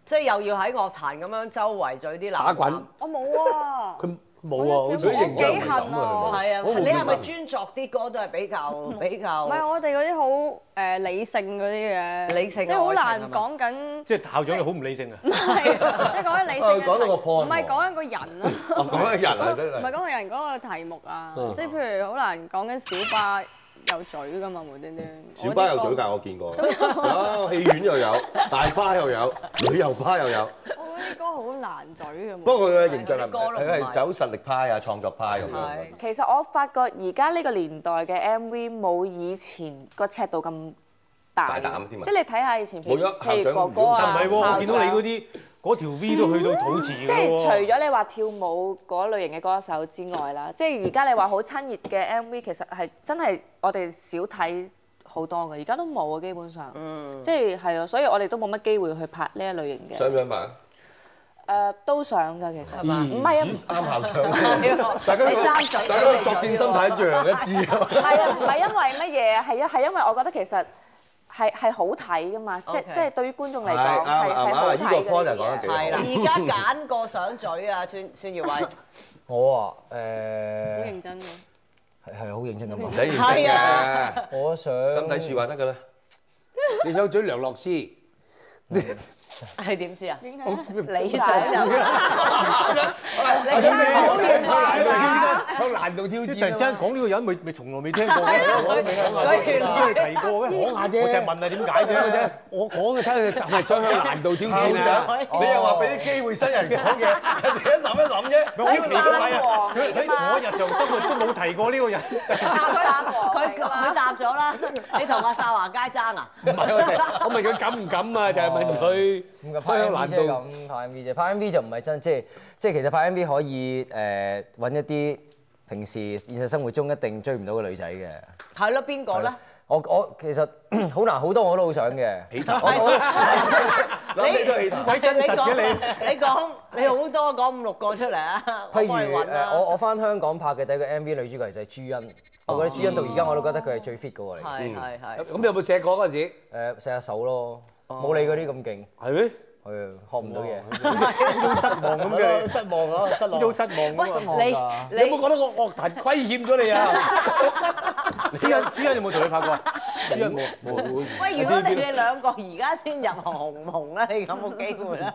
Speaker 3: 即係又要喺樂壇咁樣周圍嘴啲男
Speaker 4: 打滾
Speaker 6: 我冇啊，
Speaker 4: 佢冇喎，好似
Speaker 2: 佢形象
Speaker 6: 我
Speaker 2: 唔
Speaker 6: 幾
Speaker 2: 係
Speaker 6: 恨
Speaker 2: 咁
Speaker 6: 啊
Speaker 2: 啊！
Speaker 3: 係啊，
Speaker 4: 我冇
Speaker 3: 你係
Speaker 4: 明白
Speaker 3: 咪專作啲歌都係比較
Speaker 4: 嗯
Speaker 3: 比較
Speaker 6: 唔？係我哋嗰啲好誒理性嗰啲嘅，
Speaker 3: 理
Speaker 2: 啊
Speaker 3: 性嘅
Speaker 6: 即係好
Speaker 3: 愛情係
Speaker 6: 難
Speaker 3: 嘛
Speaker 6: 講緊，
Speaker 5: 即係校長你好唔理性啊！
Speaker 6: (laughs) 係即係講緊理性
Speaker 2: 哦
Speaker 6: 嘅題
Speaker 2: 講到個 point
Speaker 6: 唔
Speaker 2: 喎
Speaker 6: 係講緊個人
Speaker 2: (laughs)
Speaker 6: 啊，
Speaker 2: 講緊人啊，真
Speaker 6: 唔係
Speaker 2: 係。嗯
Speaker 6: 講個人嗰個題目啊，即係譬如好難講緊小巴有嘴噶嘛，無端端。
Speaker 2: 小巴有嘴
Speaker 6: 㗎。
Speaker 2: 㗎，我見過。有戲院又有，大巴又有，旅遊巴又有。
Speaker 6: 我啲歌好難嘴嘅。
Speaker 2: 不過佢嘅形象係
Speaker 3: 歌咯
Speaker 2: 佢
Speaker 3: 唔
Speaker 2: 係
Speaker 3: 係
Speaker 2: 走實力派啊、創作派咁樣。
Speaker 8: 其實我發覺而家呢個年代嘅 MV 冇以前個尺度咁
Speaker 2: 大
Speaker 8: 大，
Speaker 2: 膽添啊
Speaker 8: 即係你睇下以前譬如
Speaker 2: 冇咗
Speaker 8: 譬如
Speaker 2: 校長
Speaker 8: 哥哥
Speaker 5: 但
Speaker 8: 啊，
Speaker 5: 唔係喎，我見到你
Speaker 8: 校
Speaker 5: 嗰
Speaker 8: 長
Speaker 5: 啲嗰條 V 都去到肚字㗎
Speaker 8: 即係
Speaker 5: 喎
Speaker 8: 除咗你話跳舞嗰類型嘅歌手之外啦，即係而家你話好親熱嘅 MV，其實係真係我哋少睇好多嘅，而家都冇啊，基本上，即係係啊，所以我哋都冇乜機會去拍呢一類型嘅。誒、
Speaker 2: 想唔想拍？
Speaker 8: 都想㗎，其實
Speaker 3: 嘛
Speaker 8: 唔係啊，
Speaker 2: 啱校長。大家
Speaker 3: 你爭嘴
Speaker 2: 大家個作戰心態一樣一致啊！
Speaker 8: 唔係啊，唔係因為乜嘢，係啊，係因為我覺得其實。係係好睇噶嘛，即
Speaker 3: OK
Speaker 8: 即係對於觀眾嚟
Speaker 2: 係啱
Speaker 8: 講
Speaker 2: 啊
Speaker 8: 係
Speaker 2: 啱啊
Speaker 8: 係好睇
Speaker 2: 呢個 point 係講得
Speaker 8: 嘅
Speaker 2: 幾。
Speaker 3: 係啦，而家揀個上嘴啊，孫孫耀威，
Speaker 1: 我啊
Speaker 6: 好
Speaker 1: 誒
Speaker 6: 認真嘅。
Speaker 1: 係係好認真咁
Speaker 2: 唔
Speaker 1: 問，
Speaker 2: 使認
Speaker 3: 係
Speaker 2: 真
Speaker 3: 啊
Speaker 2: 嘅，
Speaker 1: 我想
Speaker 2: 心底説話得㗎啦。
Speaker 4: 你想嘴梁洛施？
Speaker 3: 你點知啊？
Speaker 4: 你
Speaker 3: 你想就， (laughs) 你真係好嘢啊！
Speaker 4: 有難度挑
Speaker 5: 即係突然之
Speaker 4: 戰
Speaker 5: 間
Speaker 4: 啊！
Speaker 5: 講呢個人，咪咪從來未聽過嘅，我都未聽過，
Speaker 3: 佢原來
Speaker 5: 都係提
Speaker 3: (laughs)
Speaker 5: 過嘅，講下啫，我就係問係點解啫，啫。
Speaker 4: 我講嘅睇佢係咪想向難度挑
Speaker 2: 校
Speaker 4: 戰啊？
Speaker 2: 長，你又話俾啲機會新人講嘢，人哋一諗一諗啫。
Speaker 5: 我
Speaker 8: 山
Speaker 5: (laughs)
Speaker 8: 王嚟㗎嘛
Speaker 5: 啊哎我日常生活都冇提過呢個人，
Speaker 3: 佢佢答咗啦，你同阿哨華佳爭啊？
Speaker 5: 唔係我哋我問佢敢唔敢啊，就係問佢
Speaker 1: 唔係
Speaker 5: 所以
Speaker 1: 拍
Speaker 5: 有
Speaker 1: MV
Speaker 5: 難
Speaker 1: 啫
Speaker 5: 度。
Speaker 1: 咁，拍 MV 啫，拍 MV 就唔係真，即係即係其實拍 MV 可以誒揾、一啲平時現實生活中一定追唔到嘅女仔嘅。
Speaker 3: 係咯，邊個咧？
Speaker 1: 我我其實 (clears throat) 好難，好多我都好想嘅。
Speaker 2: 諗起都氣頭。
Speaker 5: 鬼真實嘅你。
Speaker 3: 你講你好多講五六個出嚟啊！
Speaker 1: 譬
Speaker 3: 我幫你
Speaker 1: 如
Speaker 3: 揾
Speaker 1: 誒，
Speaker 3: 啦。
Speaker 1: 我我翻香港拍嘅第一個 MV 女主角就係朱茵，我覺得朱茵到而家我都覺得佢係最 fit 嘅喎嚟嘅。
Speaker 3: 係係係。
Speaker 4: 咁有冇寫過嗰陣時？
Speaker 1: 誒，錫下手咯，冇你嗰啲咁勁，
Speaker 4: 係咩？
Speaker 1: 係啊學唔到嘢， (laughs)
Speaker 5: 望咁嘅，失望啊，失望，都失望啊嘛。
Speaker 1: 望㗎
Speaker 3: 你你
Speaker 4: 有冇覺得個樂壇虧欠咗你啊？
Speaker 5: 子欣，子欣有冇同你拍過？子欣冇，冇。
Speaker 3: 喂，如果你哋兩個而家先入行紅唔紅咧，你有冇機會咧？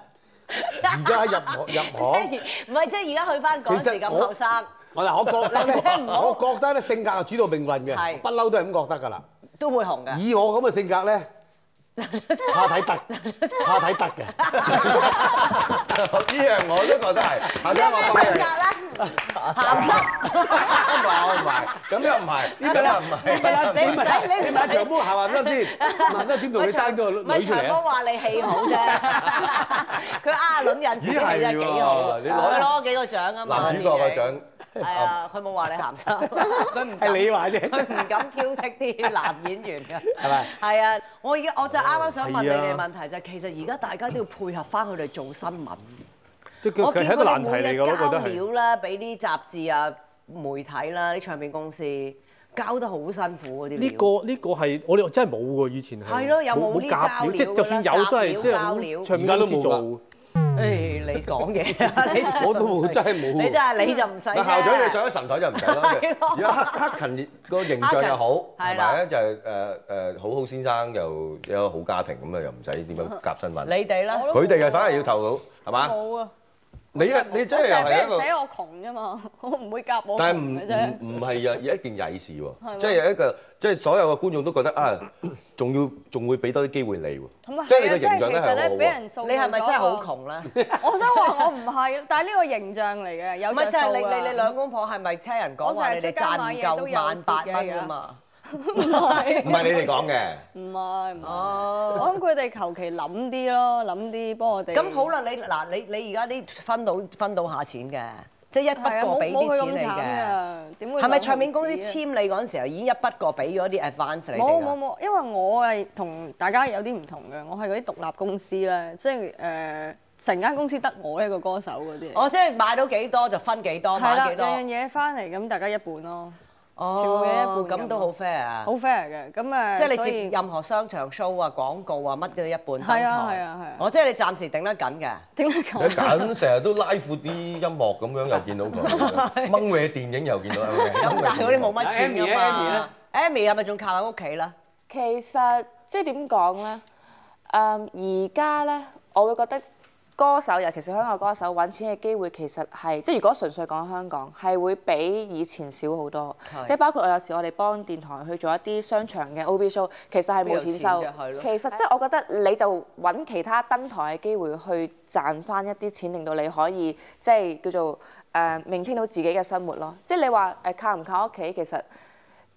Speaker 4: 而家入行入行。
Speaker 3: (laughs) 唔係即係而家去翻嗰時咁後生，
Speaker 4: 我嗱，我覺得
Speaker 3: 你真係唔
Speaker 4: 咧，
Speaker 3: 好
Speaker 4: 我覺得咧，性格係主導命運嘅，
Speaker 3: 係
Speaker 4: 不嬲都係咁覺得㗎啦。
Speaker 3: 都會紅嘅。
Speaker 4: 以我咁嘅性格咧，怕睇突，怕睇突嘅。
Speaker 2: (laughs) 呢樣我都覺得係。校
Speaker 3: 即係咩
Speaker 2: 長，我幫
Speaker 3: 性
Speaker 2: 你
Speaker 3: 格。咧？鹹濕，
Speaker 2: 唔係唔係，咁又唔係，咁又唔係。
Speaker 3: 你唔使你唔
Speaker 4: 你
Speaker 3: 使
Speaker 4: 買長毛行行得先，行得
Speaker 5: 啊
Speaker 4: 點同你生咗個
Speaker 3: 唔係
Speaker 4: 女出
Speaker 3: 長
Speaker 4: 嚟
Speaker 3: 哥
Speaker 4: 啊？
Speaker 3: 話你戲好啫，佢阿倫引自己氣真係幾好，
Speaker 2: 咦係喎你攞
Speaker 3: 佢攞幾個獎啊嘛。
Speaker 2: 男主角個獎，
Speaker 3: 係啊，佢冇話你鹹濕，佢唔
Speaker 4: 係
Speaker 3: 敢
Speaker 4: 你話啫。
Speaker 3: 佢唔敢挑剔啲男演員嘅，係
Speaker 4: 咪？
Speaker 3: 係啊！我而家我就啱啱想問你
Speaker 5: 係啊
Speaker 3: 哋問題就係，其實而家大家都要配合翻佢哋做新聞。
Speaker 5: 即係
Speaker 3: 我
Speaker 5: 佢佢
Speaker 3: 見
Speaker 5: 係一
Speaker 3: 佢哋
Speaker 5: 個難題
Speaker 3: 每
Speaker 5: 嚟
Speaker 3: 日
Speaker 5: 㗎，我覺
Speaker 3: 交
Speaker 5: 得係。
Speaker 3: 料啦，俾啲雜誌啊、媒體啦、啲唱片公司交得好辛苦嗰啊啲料
Speaker 5: 呢個呢個係我哋真係冇喎，以前係
Speaker 3: 係咯有冇呢
Speaker 5: 夾料，
Speaker 3: 膠料
Speaker 5: 即係就算有都
Speaker 3: 㗎啦
Speaker 5: 係即係
Speaker 3: 膠料
Speaker 5: 好唱片公司做。
Speaker 3: 誒，你講嘢啊！你真係
Speaker 4: 我都冇
Speaker 3: 純粹
Speaker 4: 真係冇喎
Speaker 3: 你真係你就唔使啫。
Speaker 2: 校長你上咗神台就唔使
Speaker 6: (laughs)
Speaker 3: 係
Speaker 2: 啦
Speaker 3: 咯。
Speaker 2: 而家黑黑勤個形象又好，
Speaker 3: 係
Speaker 2: 係
Speaker 3: 啦
Speaker 2: 咪咧就係誒誒好好先生又有好家庭咁啊，又唔使點樣夾新聞。
Speaker 3: 你哋啦，
Speaker 2: 佢哋係反而要投稿係嘛？
Speaker 6: 冇啊！
Speaker 2: 你啊你真
Speaker 6: 我
Speaker 2: 係又
Speaker 6: 成日
Speaker 2: 係
Speaker 6: 俾人
Speaker 2: 一個，
Speaker 6: 寫我窮啫嘛， (laughs) 我唔會夾我
Speaker 2: 但係
Speaker 6: 窮嘅啫。
Speaker 2: 唔唔唔係啊，一件曳事喎，即係一個即係所有嘅觀眾都覺得啊， (coughs) 仲要仲會俾多啲機會你喎
Speaker 6: 同埋，
Speaker 2: 即係
Speaker 6: 係
Speaker 2: 你
Speaker 6: 啊，
Speaker 2: 個
Speaker 6: 即
Speaker 2: 形
Speaker 6: 係
Speaker 2: 象
Speaker 6: 其
Speaker 2: 咧係
Speaker 6: 實
Speaker 2: 好好
Speaker 6: 咧，俾
Speaker 2: 喎。
Speaker 6: 人掃。
Speaker 3: 你係咪真係好？窮咧？
Speaker 6: 我想話我唔係，但係呢個形象嚟嘅，有
Speaker 3: 唔係，
Speaker 6: 隻
Speaker 3: 即係你
Speaker 6: 數啊
Speaker 3: 你你兩公婆係咪聽人講話
Speaker 6: 我成
Speaker 3: 你
Speaker 6: 日
Speaker 3: 哋
Speaker 6: 出街
Speaker 3: 賺
Speaker 6: 買
Speaker 3: 唔
Speaker 6: 嘢都
Speaker 3: 夠
Speaker 6: 有
Speaker 3: 萬八蚊啊嘛？
Speaker 6: 唔係
Speaker 3: (laughs)
Speaker 2: 唔係你哋講嘅，
Speaker 6: 唔係唔係，
Speaker 3: 哦，
Speaker 6: 我諗佢哋求其諗啲咯，諗啲幫我哋。
Speaker 3: 咁好啦，你嗱你你而家啲分到分到下錢嘅，即係一
Speaker 6: 係
Speaker 3: 筆
Speaker 6: 啊，
Speaker 3: 過
Speaker 6: 冇
Speaker 3: 俾
Speaker 6: 冇
Speaker 3: 啲
Speaker 6: 佢
Speaker 3: 錢
Speaker 6: 咁
Speaker 3: 你
Speaker 6: 慘
Speaker 3: 嘅。
Speaker 6: 啊！點會
Speaker 3: 係咪
Speaker 6: 講
Speaker 3: 唱片公司
Speaker 6: 毫子啊
Speaker 3: 簽你嗰陣時候已經一筆過俾咗啲 advance 你哋
Speaker 6: 冇
Speaker 3: 㗎
Speaker 6: 冇冇，因為我係同大家有啲唔同嘅，我係嗰啲獨立公司咧，即係誒成間公司得我一個歌手嗰啲。
Speaker 3: 哦，即係買到幾多就分幾多，
Speaker 6: 係啦，
Speaker 3: 買幾
Speaker 6: 樣樣
Speaker 3: 多，
Speaker 6: 嘢翻嚟咁，大家一半咯，全部嘢
Speaker 3: 哦
Speaker 6: 一，半
Speaker 3: 咁都好 fair 啊
Speaker 6: 好！fair 嘅。咁誒，
Speaker 3: 即係你
Speaker 6: 呃所
Speaker 3: 接
Speaker 6: 以
Speaker 3: 任何商場 show 啊、廣告啊，乜都一半登台。
Speaker 6: 係啊係啊係啊
Speaker 3: 我即係你暫時頂得緊嘅。
Speaker 6: 點解
Speaker 2: 你
Speaker 6: 咁？
Speaker 2: 揀成日都拉闊啲音樂咁樣又見
Speaker 6: (laughs)
Speaker 2: 到佢，掹嘅電影又見到佢。
Speaker 3: 咁但係嗰啲冇乜錢㗎
Speaker 4: Amy
Speaker 3: 嘛
Speaker 4: 呢。
Speaker 3: Amy 係咪仲靠喺屋企咧？
Speaker 8: 其嗯實即係點講咧？誒而家咧，我會覺得歌手，尤其是香港歌手揾錢嘅機會，其實係即係如果純粹講香港，係會比以前少好多。即係包括我有時我哋幫電台去做一啲商場嘅 OB show，其實係冇錢收。
Speaker 3: 邊有錢嗯嘅係咯
Speaker 8: 其實即係我覺得你就揾其他登台嘅機會去賺翻一啲錢，令到你可以即係叫做誒、呃、明天到自己嘅生活咯。即係你話誒靠唔靠屋企，其實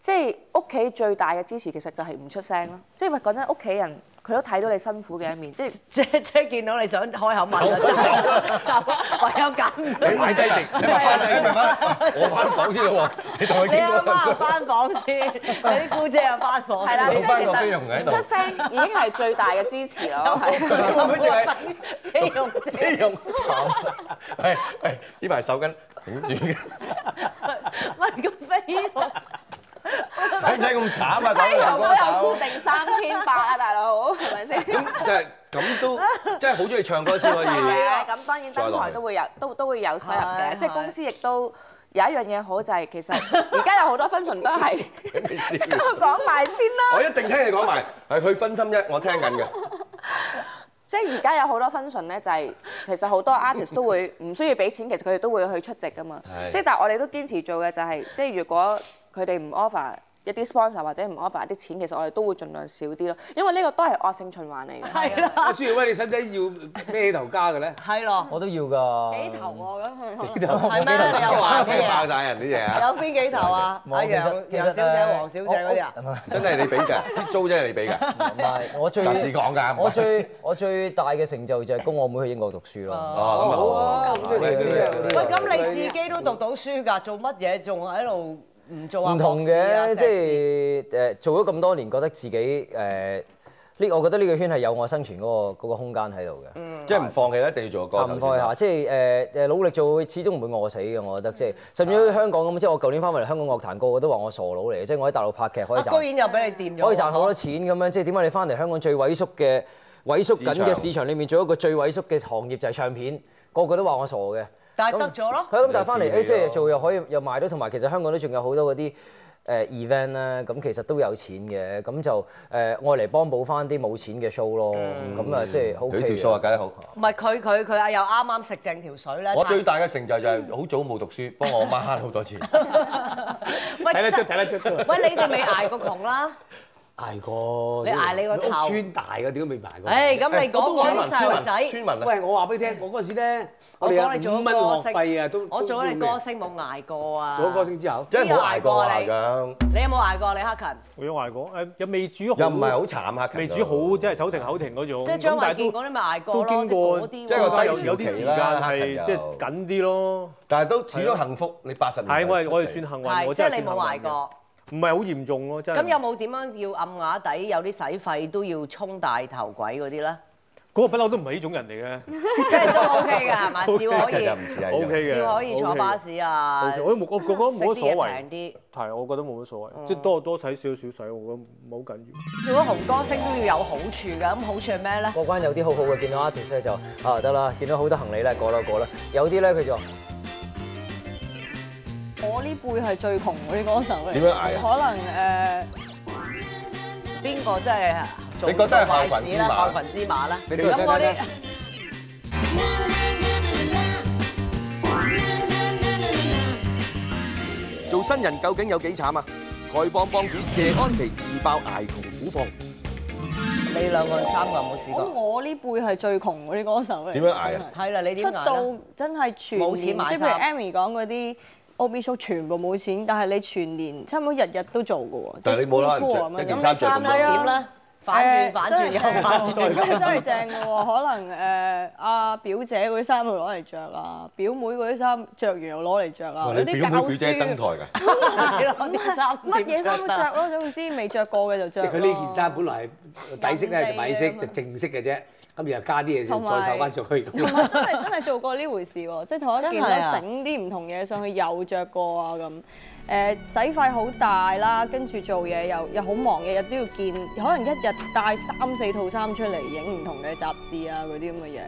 Speaker 8: 即係屋企最大嘅支持其實就係唔出聲咯。即係話講真，屋企人佢都睇到你辛苦嘅一面，即係。
Speaker 3: (laughs) 即即見到你想開口問啦，就就唯有揀唔到。
Speaker 2: 擺低定，你咪翻嚟，你咪翻嚟，我翻房先啦喎，你同佢
Speaker 3: 你
Speaker 2: 傾
Speaker 3: 阿
Speaker 2: 多兩
Speaker 3: 媽
Speaker 2: 句。
Speaker 3: 翻房先，你啲姑姐又翻房。
Speaker 8: 係啦，即
Speaker 2: 老班
Speaker 8: 係其
Speaker 2: 個菲傭喺
Speaker 8: 實
Speaker 2: 度
Speaker 8: 出聲已經係最大嘅支 (laughs) 持咯，係。
Speaker 2: 佢淨係
Speaker 3: 菲傭姐，
Speaker 2: 呢樣慘，係係呢排手巾點住嘅，
Speaker 3: 乜咁菲傭？
Speaker 2: 使唔使咁慘啊？
Speaker 8: 哎
Speaker 2: 講
Speaker 8: 呀， (laughs)
Speaker 2: 到
Speaker 8: 我又
Speaker 2: 歌
Speaker 8: 固
Speaker 2: 手，
Speaker 8: 定三千八啊，大佬，係咪先？
Speaker 2: 咁就係咁都真係好中意唱歌先可以。
Speaker 8: 係啊， (laughs) 咁當然
Speaker 2: 再
Speaker 8: 登
Speaker 2: 落
Speaker 8: 台
Speaker 2: 去
Speaker 8: 都會有，都都會有收入
Speaker 3: 係
Speaker 8: 嘅，即係
Speaker 3: 係
Speaker 8: 公司亦都。有一樣嘢好就係、其實而家有好多 function 都 (laughs) 係，等我講埋先啦。
Speaker 2: 我一定聽你講埋，係佢分心啫，我聽緊嘅。
Speaker 8: 即係而家有好多 function 咧，就係、其實好多 artist 都
Speaker 7: (laughs)
Speaker 8: 會唔需要俾錢，其實佢哋都會去出席噶嘛
Speaker 2: 係。
Speaker 8: 即係但係我哋都堅持做嘅就係、即係如果佢哋唔 offer 一啲 sponsor 或者唔 offer 一啲錢，其實我哋都會盡量少啲咯，因為呢個都係惡性循環嚟嘅。
Speaker 3: 係
Speaker 4: (laughs)
Speaker 3: 啦，
Speaker 4: 阿舒耀威，你使唔使要咩頭家嘅咧？
Speaker 3: 係咯，
Speaker 1: 我都要㗎。
Speaker 6: 幾頭喎咁佢可能。
Speaker 3: 係咩？你又話
Speaker 2: 哇！
Speaker 3: 啲
Speaker 2: 聽爆
Speaker 3: 嘢？
Speaker 2: 晒人啲嘢啊！
Speaker 3: 有邊幾頭啊？
Speaker 1: 冇
Speaker 3: 阿
Speaker 1: 其實
Speaker 3: 楊
Speaker 1: 其實
Speaker 3: 楊小姐、黃小姐嗰啲啊？
Speaker 2: 真係你俾㗎，啲租真係你俾㗎。
Speaker 1: 唔係，我最
Speaker 2: 雜誌講㗎唔係
Speaker 1: 我最我最大嘅成就就係供我妹去英國讀書咯。
Speaker 2: 哦，咁啊好啊，
Speaker 3: 喂，咁你自己都讀到書㗎，做乜嘢仲喺度唔做啊？
Speaker 1: 唔同
Speaker 3: 博士啊
Speaker 1: 嘅，即
Speaker 3: 碩士
Speaker 1: 係誒做咗咁多年，覺得自己誒呢，我覺得呢個圈係有我生存嗰個嗰個空間喺度嘅。
Speaker 3: 嗯
Speaker 1: 啊
Speaker 2: 即係唔放棄，一定要做個歌手
Speaker 1: 唔放下，即係誒誒努力做，始終唔會餓死嘅。我覺得
Speaker 3: 嗯
Speaker 1: 即係，甚至好似香港咁，即係我舊年翻嚟香港樂壇，個個都話我傻佬嚟嘅，即係我喺大陸拍劇可以
Speaker 3: 啊居
Speaker 1: 賺，
Speaker 3: 然又俾你掂咗，
Speaker 1: 可以賺好多錢咁樣。即係點解你翻嚟香港最萎縮嘅萎縮緊嘅市場裏面，做一個最萎縮嘅行業就係唱片，個個都話我傻嘅。
Speaker 3: 但係得咗咯。
Speaker 1: 係咁，但係翻嚟
Speaker 2: 有志氣
Speaker 1: 誒，即係
Speaker 2: 咯
Speaker 1: 做又可以又賣到，同埋其實香港都仲有好多嗰啲誒 event 咧，咁其實都有錢嘅，咁就誒愛嚟幫補翻啲冇錢嘅 show 咯，咁啊即係 OK
Speaker 2: 佢
Speaker 1: 嘅。
Speaker 2: 條數啊，計得好。
Speaker 3: 唔係佢佢佢啊，又啱啱食正條水咧。
Speaker 2: 我最大嘅成就就係好早冇讀書，幫我媽慳好多錢。
Speaker 3: 喂
Speaker 5: 睇得出
Speaker 3: 真
Speaker 5: 睇得出
Speaker 3: 喂，你哋未捱過窮啦？
Speaker 4: 捱過，
Speaker 3: 你捱你個頭
Speaker 4: 屋村大嘅，點解未捱過？
Speaker 3: 誒，咁你講
Speaker 4: 我
Speaker 3: 講啲
Speaker 4: 都話
Speaker 3: 細路仔，
Speaker 2: 村民啊，
Speaker 4: 喂，我話俾你聽，我嗰陣時咧，
Speaker 3: 我
Speaker 4: 我哋
Speaker 3: 講你
Speaker 4: 有
Speaker 3: 做
Speaker 4: 五
Speaker 3: 咗
Speaker 4: 蚊
Speaker 3: 歌
Speaker 4: 學
Speaker 3: 星
Speaker 4: 費啊，都
Speaker 3: 我做咗你歌，
Speaker 4: 都
Speaker 3: 星冇捱過啊！
Speaker 4: 都做咗歌星之後，
Speaker 2: 真係冇捱過啊咁，
Speaker 3: 你有冇捱過李克勤？
Speaker 5: 我有捱過，誒又未煮好，
Speaker 2: 又唔係好慘啊。
Speaker 5: 未煮好，即係手停口停嗰種。
Speaker 3: 即係張
Speaker 5: 咁
Speaker 3: 衛
Speaker 5: 但係
Speaker 3: 健
Speaker 5: 都
Speaker 3: 嗰啲咪捱過
Speaker 5: 都
Speaker 3: 咯，
Speaker 5: 經
Speaker 3: 即係嗰
Speaker 5: 過，
Speaker 3: 啲
Speaker 2: 係個
Speaker 3: 喎
Speaker 2: 低
Speaker 5: 有有啲時間係即係緊啲咯。
Speaker 2: 但係都始終幸福。你八十年代
Speaker 5: 係我係我係
Speaker 2: 出
Speaker 5: 算
Speaker 2: 嚟
Speaker 5: 幸運，
Speaker 3: 係
Speaker 5: 我
Speaker 3: 即
Speaker 5: 真係
Speaker 3: 係你
Speaker 5: 算幸
Speaker 3: 冇捱
Speaker 5: 運嘅。
Speaker 3: 過。
Speaker 5: 唔係好嚴重咯，真係。
Speaker 3: 咁有冇點樣要暗啞底有啲使費都要衝大頭鬼嗰啲咧？
Speaker 5: 嗰個不嬲都唔係呢種人嚟
Speaker 3: 即係都 OK 㗎，係
Speaker 5: (laughs)
Speaker 3: 嘛？照可
Speaker 2: 其實
Speaker 3: 以
Speaker 2: 唔似係
Speaker 5: 嘅。O K 嘅。
Speaker 3: 照可以坐巴
Speaker 5: OK 嘅。
Speaker 3: 士啊，
Speaker 5: OK，我都冇我覺得
Speaker 3: 食
Speaker 5: 冇
Speaker 3: 啲嘢
Speaker 5: 乜所
Speaker 3: 平哦
Speaker 5: 謂。
Speaker 3: 啲。
Speaker 5: 係，我覺得冇乜所謂，即係多多使少少使，我覺得冇緊
Speaker 3: 做
Speaker 5: 要。
Speaker 3: 咗紅歌星都要有好處㗎，咁好處係咩咧？
Speaker 1: 過關有啲好好嘅，見到 artist 咧就啊得啦，見到好多行李咧過啦過啦，有啲咧佢就
Speaker 6: 我呢輩係最窮嗰啲歌手嚟嘅。
Speaker 2: 點樣捱啊
Speaker 6: 可能呃
Speaker 3: 邊個真係
Speaker 6: 啊
Speaker 3: 做
Speaker 2: 你覺得係
Speaker 3: 壞
Speaker 2: 害
Speaker 3: 事
Speaker 2: 群之
Speaker 3: 咧？
Speaker 2: 馬
Speaker 3: 害群之馬咧？
Speaker 4: 你都係
Speaker 3: 咁我
Speaker 4: 睇睇
Speaker 3: 啲
Speaker 4: 睇
Speaker 7: 做新人究竟有幾慘啊？丐幫幫主謝安琪自爆捱窮苦況，
Speaker 3: 你兩個三個有冇試
Speaker 6: 誒，
Speaker 3: 過？
Speaker 6: 我呢輩係最窮嗰啲歌手嚟嘅。
Speaker 2: 點樣捱啊
Speaker 3: 係啦，你點
Speaker 6: 出
Speaker 3: 解
Speaker 6: 到
Speaker 3: 呢
Speaker 6: 真係全
Speaker 3: 冇
Speaker 6: 年，即
Speaker 3: 錢買
Speaker 6: 係譬
Speaker 3: 衫
Speaker 6: 如 Amy 講嗰啲 OB show 全部冇錢，但係你全年差唔多日日都做嘅喎，即
Speaker 2: 但係
Speaker 6: 係
Speaker 2: 你冇
Speaker 6: school
Speaker 2: 啦
Speaker 6: tour 啊咁
Speaker 2: 一
Speaker 6: 樣
Speaker 2: 件
Speaker 6: 咁。
Speaker 2: 衫着
Speaker 3: 三
Speaker 2: 咁
Speaker 3: 咧
Speaker 2: 多
Speaker 6: 係啊
Speaker 3: 點咧？反轉
Speaker 6: 誒
Speaker 3: 反轉又
Speaker 6: (laughs)
Speaker 3: 反轉，
Speaker 6: 真係真係正嘅喎，可能誒阿表姐嗰啲衫會攞嚟着啊，表妹嗰啲衫着完又攞嚟着啊，
Speaker 2: 哇
Speaker 6: 有
Speaker 2: 你
Speaker 6: 啲
Speaker 2: 表
Speaker 6: 教
Speaker 2: 妹表姐登台
Speaker 6: 書
Speaker 2: 㗎，
Speaker 3: 係咯啲衫
Speaker 6: 乜嘢衫都
Speaker 3: 點
Speaker 6: 着
Speaker 3: 啊
Speaker 6: 咯，總之未着過嘅就着
Speaker 4: 即係
Speaker 2: (laughs)
Speaker 6: 咯。
Speaker 4: 佢呢件衫本來係底色咧就米色
Speaker 6: 咁
Speaker 4: 就正色嘅啫，咁然後加啲嘢
Speaker 6: 同
Speaker 4: 就
Speaker 6: 埋
Speaker 4: 再收翻上去 (laughs)
Speaker 6: 同
Speaker 4: 咁。
Speaker 6: 埋真係真係做過呢回事喎，即係同一件
Speaker 3: 真係啊
Speaker 6: 咧整啲唔同嘢上去又着過啊咁。誒、誒使費好大啦，跟住做嘢又又好忙，日日都要見，可能一日帶三四套衫出嚟影唔同嘅雜誌啊嗰啲咁嘅嘢，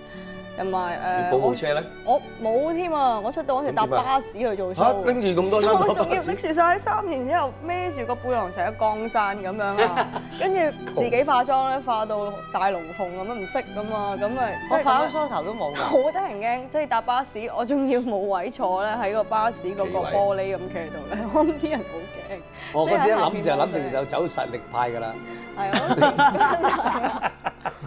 Speaker 6: 同埋誒
Speaker 7: 保姆
Speaker 6: 我
Speaker 7: 車咧？
Speaker 6: 我冇添啊！我出到嗰時搭
Speaker 7: 咁點啊
Speaker 6: 巴士去做 show
Speaker 7: 嚇
Speaker 6: 啊。
Speaker 7: 拎住咁多衫
Speaker 6: 我仲要拎住晒三年之後孭住個背囊成個江山咁樣啊，跟住自己化妝咧化到大龍鳳咁樣啊唔識噶嘛，咁咪即
Speaker 3: 我
Speaker 6: 係
Speaker 3: 化咗
Speaker 6: 咁樣
Speaker 3: 梳頭都冇㗎。
Speaker 6: (laughs) 好得人驚，即係搭巴士，我仲要冇位坐咧，喺個巴士嗰個玻璃咁企喺度咧， (laughs) 我諗啲人好驚。
Speaker 4: (laughs) 哦我嗰時
Speaker 6: 即
Speaker 4: 一
Speaker 6: 係下面
Speaker 4: 諗就係諗
Speaker 6: 望上
Speaker 4: 定
Speaker 6: 嚟
Speaker 4: 就走實力派㗎啦。
Speaker 6: 係啊，